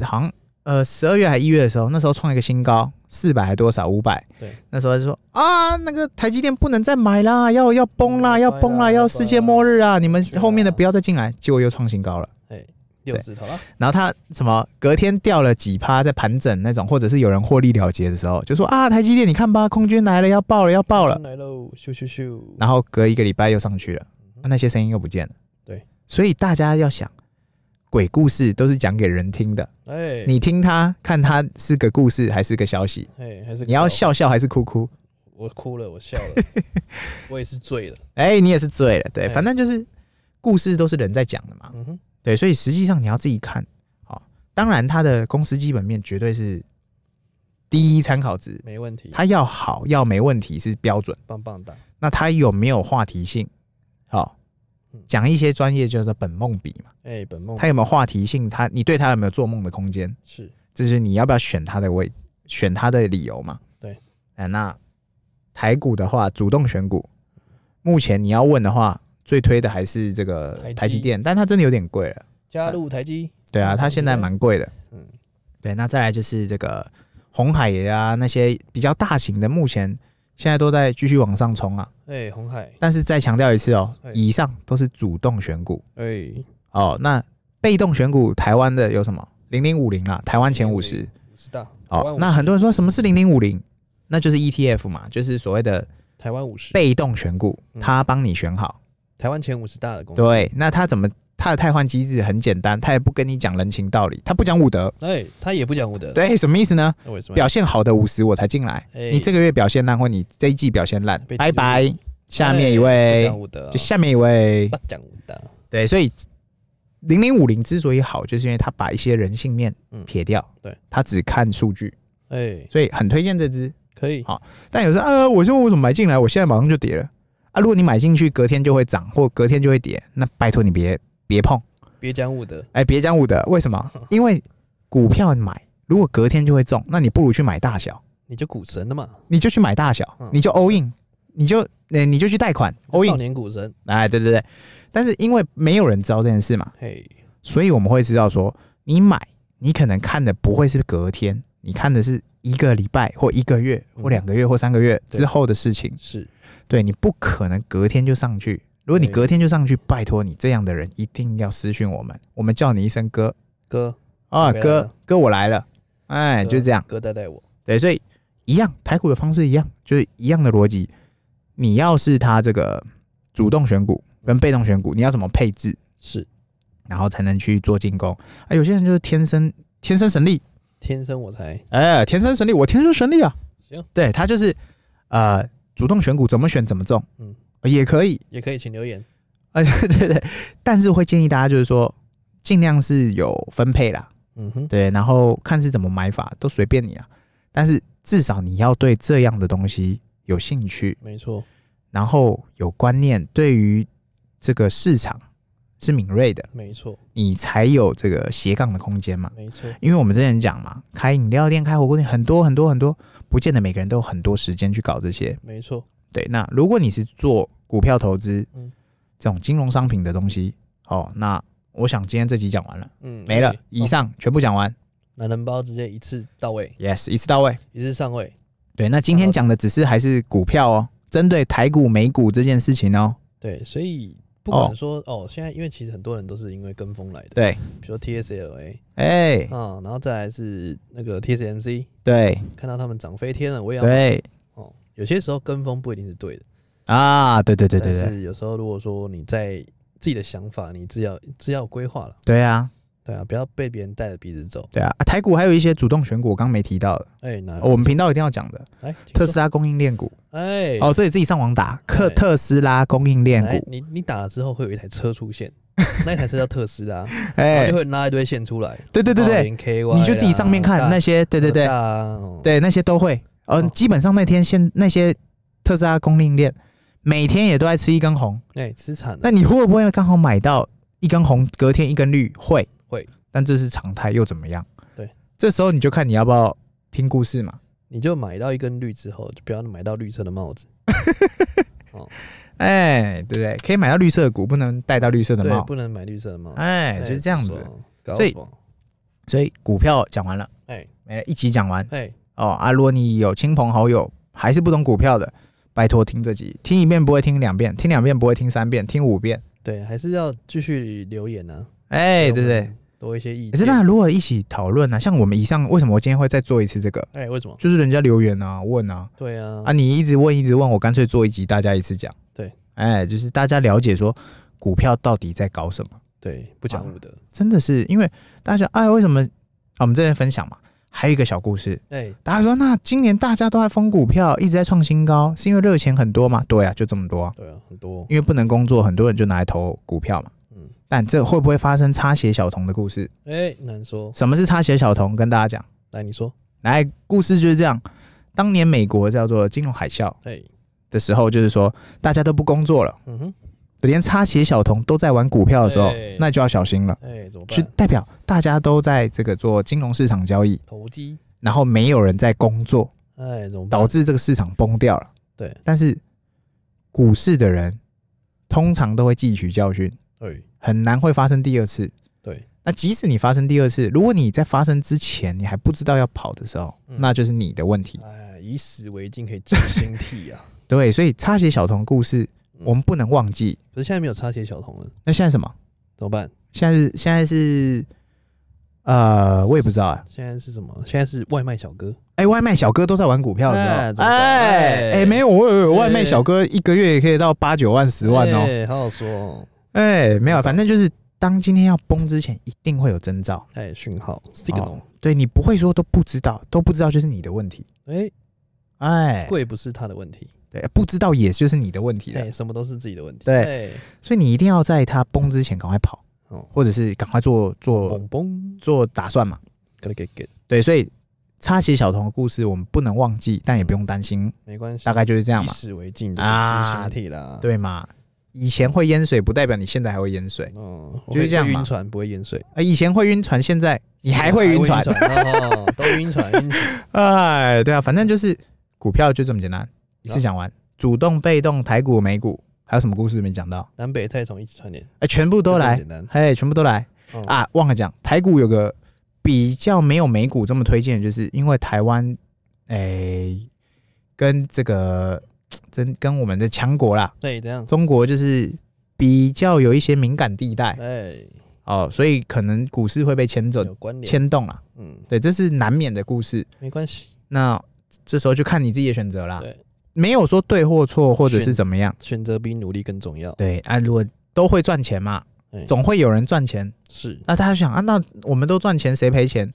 Speaker 2: 呃好像呃十二月还一月的时候，那时候创一个新高，四百还多少五百。
Speaker 1: 对，
Speaker 2: 那时候就说啊，那个台积电不能再买啦，要要崩啦，
Speaker 1: 嗯
Speaker 2: 要
Speaker 1: 对
Speaker 2: 崩啦，
Speaker 1: 啦对
Speaker 2: 要世界末日啊！你们
Speaker 1: 是啊
Speaker 2: 后面的不要再进来，结果又创新高了。
Speaker 1: 哎，六
Speaker 2: 对
Speaker 1: 字头啊，
Speaker 2: 然后它什么隔天掉了几趴，在盘整那种，或者是有人获利了结的时候，就说啊，台积电你看吧，空军来了，要爆了，要爆了。
Speaker 1: 来喽，咻咻咻，
Speaker 2: 然后隔一个礼拜又上去了，
Speaker 1: 嗯
Speaker 2: 啊那些声音又不见了。
Speaker 1: 对，
Speaker 2: 所以大家要想，鬼故事都是讲给人听的，
Speaker 1: 哎，
Speaker 2: 你听它，看它是个故事还是个消息，
Speaker 1: 哎还是
Speaker 2: 你要
Speaker 1: 搞，
Speaker 2: 笑笑还是哭哭？
Speaker 1: 我哭了，我笑 了，我也是醉了，
Speaker 2: 哎、你也是醉了，对，
Speaker 1: 哎
Speaker 2: 反正就是故事都是人在讲的嘛，
Speaker 1: 嗯哼，
Speaker 2: 对，所以实际上你要自己看。好，当然它的公司基本面绝对是第一参考值，
Speaker 1: 没问题，
Speaker 2: 它要好要没问题是标准。
Speaker 1: 棒棒哒，
Speaker 2: 那它有没有话题性？好
Speaker 1: 嗯，
Speaker 2: 讲一些专业就是本梦比嘛。
Speaker 1: 哎，本梦
Speaker 2: 它有没有话题性？它你对它有没有做梦的空间？
Speaker 1: 是
Speaker 2: 这是你要不要选它的位，选它的理由嘛？
Speaker 1: 对，
Speaker 2: 哎、那台股的话，主动选股，目前你要问的话，最推的还是这个
Speaker 1: 台积
Speaker 2: 台积电，但它真的有点贵了。
Speaker 1: 加入台积，
Speaker 2: 对啊，
Speaker 1: 嗯
Speaker 2: 它现在蛮贵的。
Speaker 1: 嗯，
Speaker 2: 对，那再来就是这个红海啊，那些比较大型的，目前现在都在继续往上冲啊。
Speaker 1: 哎，红海，
Speaker 2: 但是再强调一次哦
Speaker 1: 哎，
Speaker 2: 以上都是主动选股
Speaker 1: 哎，
Speaker 2: 哦。那被动选股，台湾的有什么？零零五零啦，台湾前五十。
Speaker 1: 五十大，台湾
Speaker 2: 哦
Speaker 1: 五，十
Speaker 2: 那很多人说什么是零零五零？那就是 ETF 嘛，就是所谓的
Speaker 1: 台湾五十，
Speaker 2: 被动选股，
Speaker 1: 嗯
Speaker 2: 它帮你选好。
Speaker 1: 台湾前五十大的公司，
Speaker 2: 对，那它怎么它的汰换机制很简单，它也不跟你讲人情道理，它不讲武德。
Speaker 1: 哎，他也不讲武德，
Speaker 2: 对，什么意思呢？
Speaker 1: 那为什么要？
Speaker 2: 表现好的五十我才进来，
Speaker 1: 哎
Speaker 2: 你这个月表现烂，或你这一季表现烂
Speaker 1: 被，记
Speaker 2: 拜
Speaker 1: 住
Speaker 2: 拜。下面一
Speaker 1: 哎不
Speaker 2: 位
Speaker 1: 讲，武德啊，
Speaker 2: 就下面一位
Speaker 1: 不。讲武德，啊
Speaker 2: 对，所以零零五零之所以好，就是因为它把一些人性面
Speaker 1: 嗯
Speaker 2: 撇掉，
Speaker 1: 对，
Speaker 2: 它只看数据，
Speaker 1: 哎，
Speaker 2: 所以很推荐这支。
Speaker 1: 可以
Speaker 2: 好，但有时候啊，我就问我怎么买进来，我现在马上就跌了啊！如果你买进去，隔天就会涨，或隔天就会跌，那拜托你别别碰，
Speaker 1: 别讲武德，
Speaker 2: 哎，别讲武德，为什么？因为股票你买，如果隔天就会中，那你不如去买大小，
Speaker 1: 你就股神了嘛，
Speaker 2: 你就去买大小
Speaker 1: 嗯，
Speaker 2: 你就 all in，你就呃你就去贷款 all
Speaker 1: 少
Speaker 2: in，
Speaker 1: 年股神，
Speaker 2: 哎，对对对，但是因为没有人知道这件事嘛，
Speaker 1: 嘿，
Speaker 2: 所以我们会知道说，你买，你可能看的不会是隔天，你看的是一个礼拜或一个月或两个月或三个月
Speaker 1: 对
Speaker 2: 之后的事情。
Speaker 1: 是
Speaker 2: 对你不可能隔天就上去。如果你
Speaker 1: 对
Speaker 2: 隔天就上去，拜托你这样的人一定要私讯我们，我们叫你一声哥
Speaker 1: 哥，
Speaker 2: 啊，
Speaker 1: 我来
Speaker 2: 哥
Speaker 1: 了
Speaker 2: 哥我来了，哎，
Speaker 1: 哥
Speaker 2: 就这样。
Speaker 1: 哥带带我，
Speaker 2: 对，所以一样，台股的方式一样，就是一样的逻辑。你要是他这个主动选股跟被动选股，你要怎么配置，
Speaker 1: 是
Speaker 2: 然后才能去做进攻？啊，有些人就是天生天生神力，
Speaker 1: 天生我才
Speaker 2: 哎，天生神力，我天生神力啊！
Speaker 1: 行，
Speaker 2: 对他就是呃主动选股怎么选怎么中，嗯
Speaker 1: 嗯，
Speaker 2: 也可以，
Speaker 1: 也可以，请留言，
Speaker 2: 啊，对对对，但是会建议大家就是说，尽量是有分配啦，
Speaker 1: 嗯哼，
Speaker 2: 对，然后看是怎么买法，都随便你啊。但是至少你要对这样的东西有兴趣，
Speaker 1: 没错，
Speaker 2: 然后有观念，对于这个市场是敏锐的，
Speaker 1: 没错，
Speaker 2: 你才有这个斜杠的空间嘛。
Speaker 1: 没错，
Speaker 2: 因为我们之前讲嘛，开饮料店、开火锅店，很多很多很多，不见得每个人都有很多时间去搞这些。
Speaker 1: 没错，
Speaker 2: 对，那如果你是做股票投资，
Speaker 1: 嗯
Speaker 2: 这种金融商品的东西，哦，那我想今天这集讲完了，
Speaker 1: 嗯，
Speaker 2: 没了
Speaker 1: OK，，
Speaker 2: 以
Speaker 1: 哦
Speaker 2: 上全部讲完
Speaker 1: 男人包直接一次到位，
Speaker 2: ，yes，一次到位。
Speaker 1: 一次上位，
Speaker 2: 对，那今天讲的只是还是股票哦，针对台股、美股这件事情哦，
Speaker 1: 对，所以不
Speaker 2: 哦
Speaker 1: 管说哦，现在因为其实很多人都是因为跟风来的，
Speaker 2: 对，
Speaker 1: 比如说 TSLA
Speaker 2: 哎，
Speaker 1: 啊，然后再来是那个 TSMC，
Speaker 2: 对
Speaker 1: 看到他们涨飞天了，我也要
Speaker 2: 对
Speaker 1: 哦。有些时候跟风不一定是对的，
Speaker 2: 啊，对对对对
Speaker 1: 但
Speaker 2: 对
Speaker 1: 是有时候如果说你在自己的想法，你自要自要有规划了，
Speaker 2: 对啊，
Speaker 1: 对啊，不要被别人带着鼻子走。
Speaker 2: 对啊，啊台股还有一些主动选股，我刚没提到的，
Speaker 1: 哎、那、
Speaker 2: 哦我们频道一定要讲的，
Speaker 1: 来
Speaker 2: 特斯
Speaker 1: 斯，
Speaker 2: 拉供应链股
Speaker 1: 哎、
Speaker 2: 哦，这里自己上网打，克
Speaker 1: 对
Speaker 2: 特斯拉供应链
Speaker 1: 来
Speaker 2: 股，
Speaker 1: 你你打了之后会有一台车出 现，那一台车叫特斯拉，然后
Speaker 2: 哎
Speaker 1: 就，会拉一堆线出来，
Speaker 2: 对对对对，
Speaker 1: 对
Speaker 2: 你就自己
Speaker 1: 啊
Speaker 2: 上面看那
Speaker 1: 哦
Speaker 2: 些，对对对
Speaker 1: 对，
Speaker 2: 对，那些都会。嗯、
Speaker 1: 哦
Speaker 2: 基本上那天现那些特斯拉供应链每天也都在吃一根红，
Speaker 1: 哎，资产那
Speaker 2: 那你会不会刚好买到一根红，隔天一根绿？会
Speaker 1: 会，
Speaker 2: 但这是常态又怎么样？
Speaker 1: 对，
Speaker 2: 这时候你就看你要不要听故事嘛。
Speaker 1: 你就买到一根绿之后，就不要买到绿色的帽子，
Speaker 2: 哎、对不对？可以买到绿色的股，不能戴到绿色的
Speaker 1: 对，
Speaker 2: 帽。
Speaker 1: 不能买绿色的帽子，
Speaker 2: 哎、就是这样
Speaker 1: 不
Speaker 2: 子。
Speaker 1: 爽，搞
Speaker 2: 所以
Speaker 1: 爽
Speaker 2: 所以股票讲完了，
Speaker 1: 哎
Speaker 2: 没了，一集讲完
Speaker 1: 哎，
Speaker 2: 哦。啊，如果你有亲朋好友还是不懂股票的，拜托听这集，听一遍不会听两遍，听两遍不会听三遍，听五遍。
Speaker 1: 对，还是要继续留言呢，
Speaker 2: 哎、
Speaker 1: 给我
Speaker 2: 对不
Speaker 1: 们
Speaker 2: 对？
Speaker 1: 多一些意
Speaker 2: 可是
Speaker 1: 见，
Speaker 2: 啊那如果一起讨论啊呢？像我们以上，为什么我今天会再做一次这个？
Speaker 1: 哎，为什么？
Speaker 2: 就是人家留言啊，问啊，
Speaker 1: 对啊
Speaker 2: 啊，，你一直问一直问，我干脆做一集，大家一次讲。
Speaker 1: 对，
Speaker 2: 哎、就是大家了解说股票到底在搞什么，
Speaker 1: 对，不讲武德，
Speaker 2: 真的是因为大家哎，为什么？啊、我们这边分享嘛，还有一个小故事，
Speaker 1: 哎，
Speaker 2: 大家说那今年大家都在疯股票，一直在创新高，是因为热钱很多嘛？对啊，就这么多啊、
Speaker 1: 对啊，很多，
Speaker 2: 因为不能工作，很多人就拿来投股票嘛。
Speaker 1: 嗯，
Speaker 2: 但这会不会发生擦鞋小童的故事？
Speaker 1: 哎，难说，
Speaker 2: 什么是擦鞋小童？跟大家讲。
Speaker 1: 来你说，
Speaker 2: 来，故事就是这样。当年美国叫做金融海啸
Speaker 1: 哎，
Speaker 2: 的时候，就是说大家都不工作了，
Speaker 1: 嗯哼，
Speaker 2: 连擦鞋小童都在玩股票的时候
Speaker 1: 对，
Speaker 2: 那就要小心了，
Speaker 1: 哎，怎么
Speaker 2: 就
Speaker 1: 办？
Speaker 2: 代表大家都在这个做金融市场交易，
Speaker 1: 投机，
Speaker 2: 然后没有人在工作，
Speaker 1: 哎，怎么办
Speaker 2: 导？致这个市场崩掉了。
Speaker 1: 对，
Speaker 2: 但是股市的人通常都会汲取教训，
Speaker 1: 哎，
Speaker 2: 很难会发生第二次。
Speaker 1: 对，
Speaker 2: 那即使你发生第二次，如果你在发生之前你还不知道要跑的时候，
Speaker 1: 嗯
Speaker 2: 那就是你的问题。
Speaker 1: 哎，哎，以史为镜，可以知兴替啊。
Speaker 2: 对，所以擦鞋小童故事
Speaker 1: 嗯
Speaker 2: 我们不能忘记。
Speaker 1: 可是现在没有插鞋小童了，
Speaker 2: 那现在什么？
Speaker 1: 怎么办？
Speaker 2: 现在是现在是，呃，我也不知道啊。
Speaker 1: 现在是什么？现在是外卖小哥，
Speaker 2: 哎、外卖小哥都在玩股票，是吧？
Speaker 1: 哎
Speaker 2: 哎哎，没有，我有外卖小哥一个月也可以到八九万、十万哦。
Speaker 1: 哎好好说哦。
Speaker 2: 哎、没有，反正就是当今天要崩之前，一定会有征兆。
Speaker 1: 哎，讯号
Speaker 2: 哦
Speaker 1: signal，
Speaker 2: 对你不会说都不知道，都不知道就是你的问题。
Speaker 1: 哎，
Speaker 2: 哎，
Speaker 1: 贵不是他的问题，
Speaker 2: 对，不知道也就是你的问题了。
Speaker 1: 哎，什么都是自己的问题。
Speaker 2: 对
Speaker 1: 哎，
Speaker 2: 所以你一定要在它崩之前赶快跑，
Speaker 1: 哦
Speaker 2: 或者是赶快做做
Speaker 1: 嘣嘣
Speaker 2: 做打算嘛。
Speaker 1: ，gotta get get，
Speaker 2: 对，所以插鞋小童的故事我们不能忘记，但也不用担心，
Speaker 1: 没关系，
Speaker 2: 大概就是这样
Speaker 1: 以
Speaker 2: 嘛，
Speaker 1: 史为镜，就是知
Speaker 2: 啊
Speaker 1: 兴替啦。，
Speaker 2: 对嘛？以前会淹水，不代表你现在还会淹水。
Speaker 1: 嗯，我
Speaker 2: 就是
Speaker 1: 会
Speaker 2: 这样
Speaker 1: 会
Speaker 2: 嘛
Speaker 1: 晕船不会淹水，
Speaker 2: 呃，以前会晕船，现在你还会晕船
Speaker 1: 还。哦，都晕船，晕船。
Speaker 2: 哎，对啊，反正就是股票就这么简
Speaker 1: 啊
Speaker 2: 单，一次讲完。主动、被动、台股、美股，还有什么故事没讲到？
Speaker 1: 南北菜从一起串联，
Speaker 2: 哎，全部都
Speaker 1: 就这么
Speaker 2: 来，
Speaker 1: 简单
Speaker 2: 哎，全部都来
Speaker 1: 嗯
Speaker 2: 啊！忘了讲，台股有个比较没有美股这么推荐，就是因为台湾，哎，跟这个真跟我们的强国啦，
Speaker 1: 对，这样，
Speaker 2: 中国就是比较有一些敏感地带
Speaker 1: 哎，
Speaker 2: 哦，所以可能股市会被牵走
Speaker 1: 有关联，
Speaker 2: 牵动啦。
Speaker 1: 嗯，
Speaker 2: 对，这是难免的故事。
Speaker 1: 没关系，
Speaker 2: 那这时候就看你自己的选择啦。
Speaker 1: 对，
Speaker 2: 没有说对或错，或者是
Speaker 1: 选
Speaker 2: 怎么样。
Speaker 1: 选择比努力更重要。
Speaker 2: 对啊，如果都会赚钱嘛
Speaker 1: 哎，
Speaker 2: 总会有人赚钱。
Speaker 1: 是
Speaker 2: 那大家想啊，那我们都赚钱，谁赔钱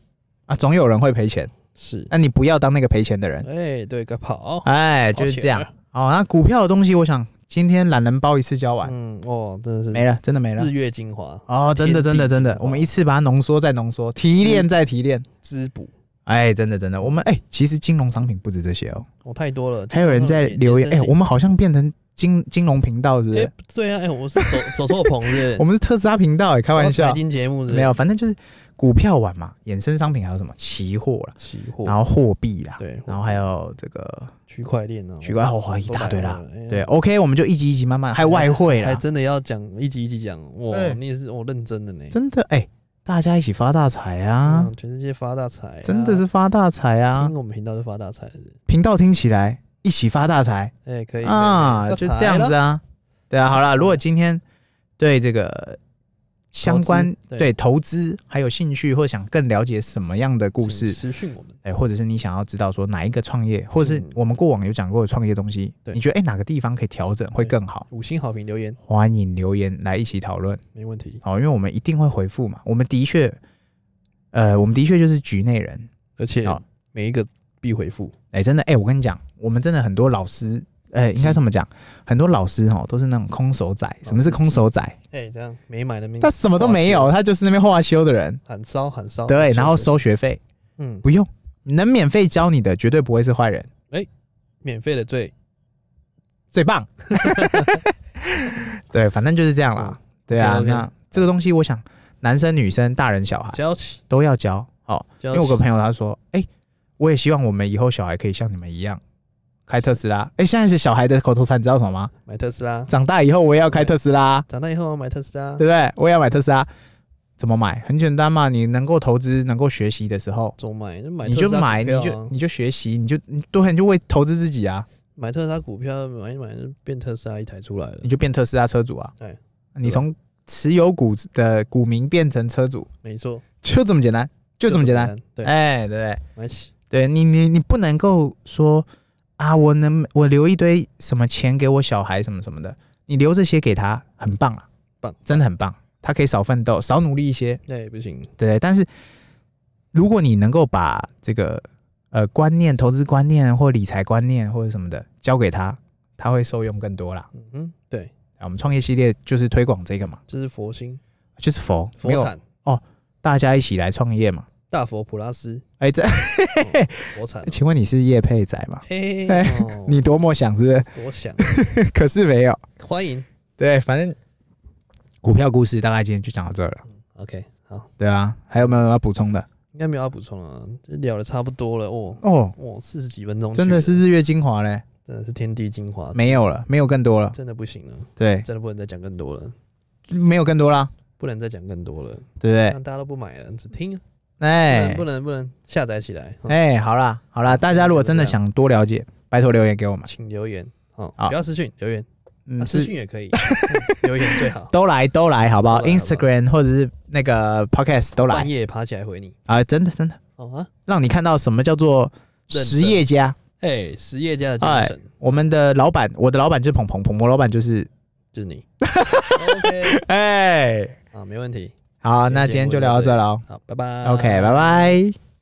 Speaker 2: 啊？总有人会赔钱。
Speaker 1: 是，
Speaker 2: 那你不要当那个赔钱的人。
Speaker 1: 哎，对，该跑，啊
Speaker 2: 哎，就是这样。哦，那股票的东西，我想今天懒人包一次教完，
Speaker 1: 嗯，哦，真的是
Speaker 2: 没了，真的没了
Speaker 1: 日。月精华，
Speaker 2: 哦，真的，真的，真的，我们一次把它浓缩再浓缩，提炼再提炼。
Speaker 1: 滋补，
Speaker 2: 哎，真的，真的，我们哎，其实金融商品不止这些哦，
Speaker 1: 哦，太多了。
Speaker 2: 还有人在留言，哎，我们好像变成金金融频道，是不
Speaker 1: 哎
Speaker 2: 是？，
Speaker 1: 对啊，哎，我是走 走错棚是
Speaker 2: 我
Speaker 1: 不是，
Speaker 2: 们是特斯拉频道，哎，开玩
Speaker 1: 财
Speaker 2: 笑，
Speaker 1: 经节目是不是
Speaker 2: 没有，反正就是股票玩嘛，衍生商品还有什么期货啦，
Speaker 1: 期货，
Speaker 2: 然后货币啦，
Speaker 1: 对，
Speaker 2: 然后还有这个
Speaker 1: 区块链哦呢，
Speaker 2: 区块
Speaker 1: 我
Speaker 2: 链哇一大堆啦，
Speaker 1: 哎呀
Speaker 2: 对。，OK，我们就一集一集慢慢，还有外汇
Speaker 1: 还
Speaker 2: 啦，
Speaker 1: 真的要讲一集一集讲，哇，
Speaker 2: 对
Speaker 1: 你也是我认真的呢，
Speaker 2: 真的哎，大家一起发大财啊
Speaker 1: 嗯，，全世界发大财啊，
Speaker 2: 真的是发大财啊
Speaker 1: 听，我们频道就发大财的人，
Speaker 2: 频道听起来一起发大财
Speaker 1: 哎，可以
Speaker 2: 啊，就这样子
Speaker 1: 啊，
Speaker 2: 啊，对啊，好啦，如果今天对这个。相关
Speaker 1: 对
Speaker 2: 对投资还有兴趣，或想更了解什么样的故事
Speaker 1: 请，私讯我们，
Speaker 2: 哎、或者是你想要知道说哪一个创业，或者是
Speaker 1: 嗯
Speaker 2: 我们过往有讲过的创业东西，
Speaker 1: 对
Speaker 2: 你觉得哎、哪个地方可以调整会
Speaker 1: 对
Speaker 2: 更好？
Speaker 1: 五星好评留言
Speaker 2: 欢迎留言来一起讨论
Speaker 1: 没问题，
Speaker 2: 哦，因为我们一定会回复嘛。我们的确，呃，我们的确就是局内人。
Speaker 1: 而且
Speaker 2: 好
Speaker 1: 每一个必回复，
Speaker 2: 哎、真的哎、我跟你讲，我们真的很多老师，哎、应该这么讲，很多老师哦都是那种空手仔。什么哦是空手仔？
Speaker 1: 哎，这样没买的没
Speaker 2: 他什么都没有，他就是那边画修的人。
Speaker 1: 喊烧喊烧，
Speaker 2: 对，
Speaker 1: 很烧
Speaker 2: 然后收哦学费，
Speaker 1: 嗯，
Speaker 2: 不用，能免费教你的绝对不会是坏人。
Speaker 1: 免费的最
Speaker 2: 最棒。 对，反正就是这样啦。对啊，
Speaker 1: 嗯 OK，OK
Speaker 2: 那这个东西，我想男生、女生、大人、小孩
Speaker 1: 娇气，
Speaker 2: 都要教。哦，因
Speaker 1: 因
Speaker 2: 为我有个朋友他说，哎、我也希望我们以后小孩可以像你们一样开特斯拉。哎、现在是小孩的口头禅，你知道什么吗？
Speaker 1: 买特斯拉，
Speaker 2: 长大以后我也要开特斯拉，
Speaker 1: 长大以后要买特斯拉
Speaker 2: 对，不对？我也要买特斯拉。怎么买？很简单嘛，你能够投资、能够学习的时候，
Speaker 1: 总买就买
Speaker 2: 你
Speaker 1: 特
Speaker 2: 就
Speaker 1: 斯拉股
Speaker 2: 买，你
Speaker 1: 票啊，
Speaker 2: 就你就学习，你就你对，你就为投资自己啊，
Speaker 1: 买特斯拉股票买一买就变特斯拉一台出来了
Speaker 2: 你，就变特斯拉车主啊。
Speaker 1: 对，
Speaker 2: 你从持有股的股民变成车主，
Speaker 1: 没错，
Speaker 2: 就这么简单，就这么简单。，
Speaker 1: 对，
Speaker 2: 哎，对
Speaker 1: 买起，
Speaker 2: 对，你你你不能够说啊，我能我留一堆什么钱给我小孩什么什么的，你留这些给他很棒啊，
Speaker 1: 棒
Speaker 2: 真的很棒，他可以少奋斗，少努力一些，
Speaker 1: 对，哎不行，
Speaker 2: 对。但是如果你能够把这个呃观念、投资观念或理财观念或者什么的交给他，他会受用更多啦。
Speaker 1: 嗯哼，对，
Speaker 2: 啊，我们创业系列就是推广这个嘛，
Speaker 1: 这是佛心
Speaker 2: 就是佛
Speaker 1: 佛
Speaker 2: 没有
Speaker 1: 产。
Speaker 2: 大家一起来创业嘛。
Speaker 1: 大佛普拉斯
Speaker 2: 哎、这，
Speaker 1: 佛产
Speaker 2: 请问你是叶佩仔吗？
Speaker 1: 嘿，
Speaker 2: 哎
Speaker 1: 哦
Speaker 2: 你多么想是不是？
Speaker 1: 多想，
Speaker 2: 可是没有。
Speaker 1: 欢迎
Speaker 2: 对，反正股票故事大概今天就讲到这了。
Speaker 1: ，OK，好，
Speaker 2: 对啊，还有没有要补充的？
Speaker 1: 应该没有要补充了，啊这聊的差不多了哦，
Speaker 2: 哦，
Speaker 1: 哦，四十几分钟去了，
Speaker 2: 真的是日月精华嘞，
Speaker 1: 真的是天地精华，
Speaker 2: 没有了，没有更多了。
Speaker 1: 真的不行了，
Speaker 2: 对，
Speaker 1: 真的不能再讲更多了，
Speaker 2: 没有更多啦，
Speaker 1: 不能再讲更多了，
Speaker 2: 对不对？
Speaker 1: 让大家都不买了，只听
Speaker 2: 哎
Speaker 1: 不能不能下载起来，嗯
Speaker 2: 哎，好啦好啦，大家如果真的想多了解，拜托留言给我们，
Speaker 1: 请留言哦，
Speaker 2: 好
Speaker 1: 不要私讯留言，啊
Speaker 2: 嗯，
Speaker 1: 私
Speaker 2: 是
Speaker 1: 讯也可以，嗯留言最 好。
Speaker 2: 都来都来，好不好
Speaker 1: 都来好不好
Speaker 2: ？Instagram 或者是那个 Podcast 都
Speaker 1: 半
Speaker 2: 来
Speaker 1: 夜爬起来回你，
Speaker 2: 啊，真的真的，
Speaker 1: 好啊，
Speaker 2: 让你看到什么叫做
Speaker 1: 认真
Speaker 2: 实业家。
Speaker 1: 哎，实业家的精
Speaker 2: 哎
Speaker 1: 神
Speaker 2: 我们的老板，我的老板就是鹏鹏，鹏鹏老板就是
Speaker 1: 就是你。OK
Speaker 2: 哎，
Speaker 1: 啊，没问题。
Speaker 2: 好，那今
Speaker 1: 今
Speaker 2: 天
Speaker 1: 天
Speaker 2: 就
Speaker 1: 节目就
Speaker 2: 聊到
Speaker 1: 到这
Speaker 2: 这了哦。
Speaker 1: 好，拜拜。
Speaker 2: OK，拜拜。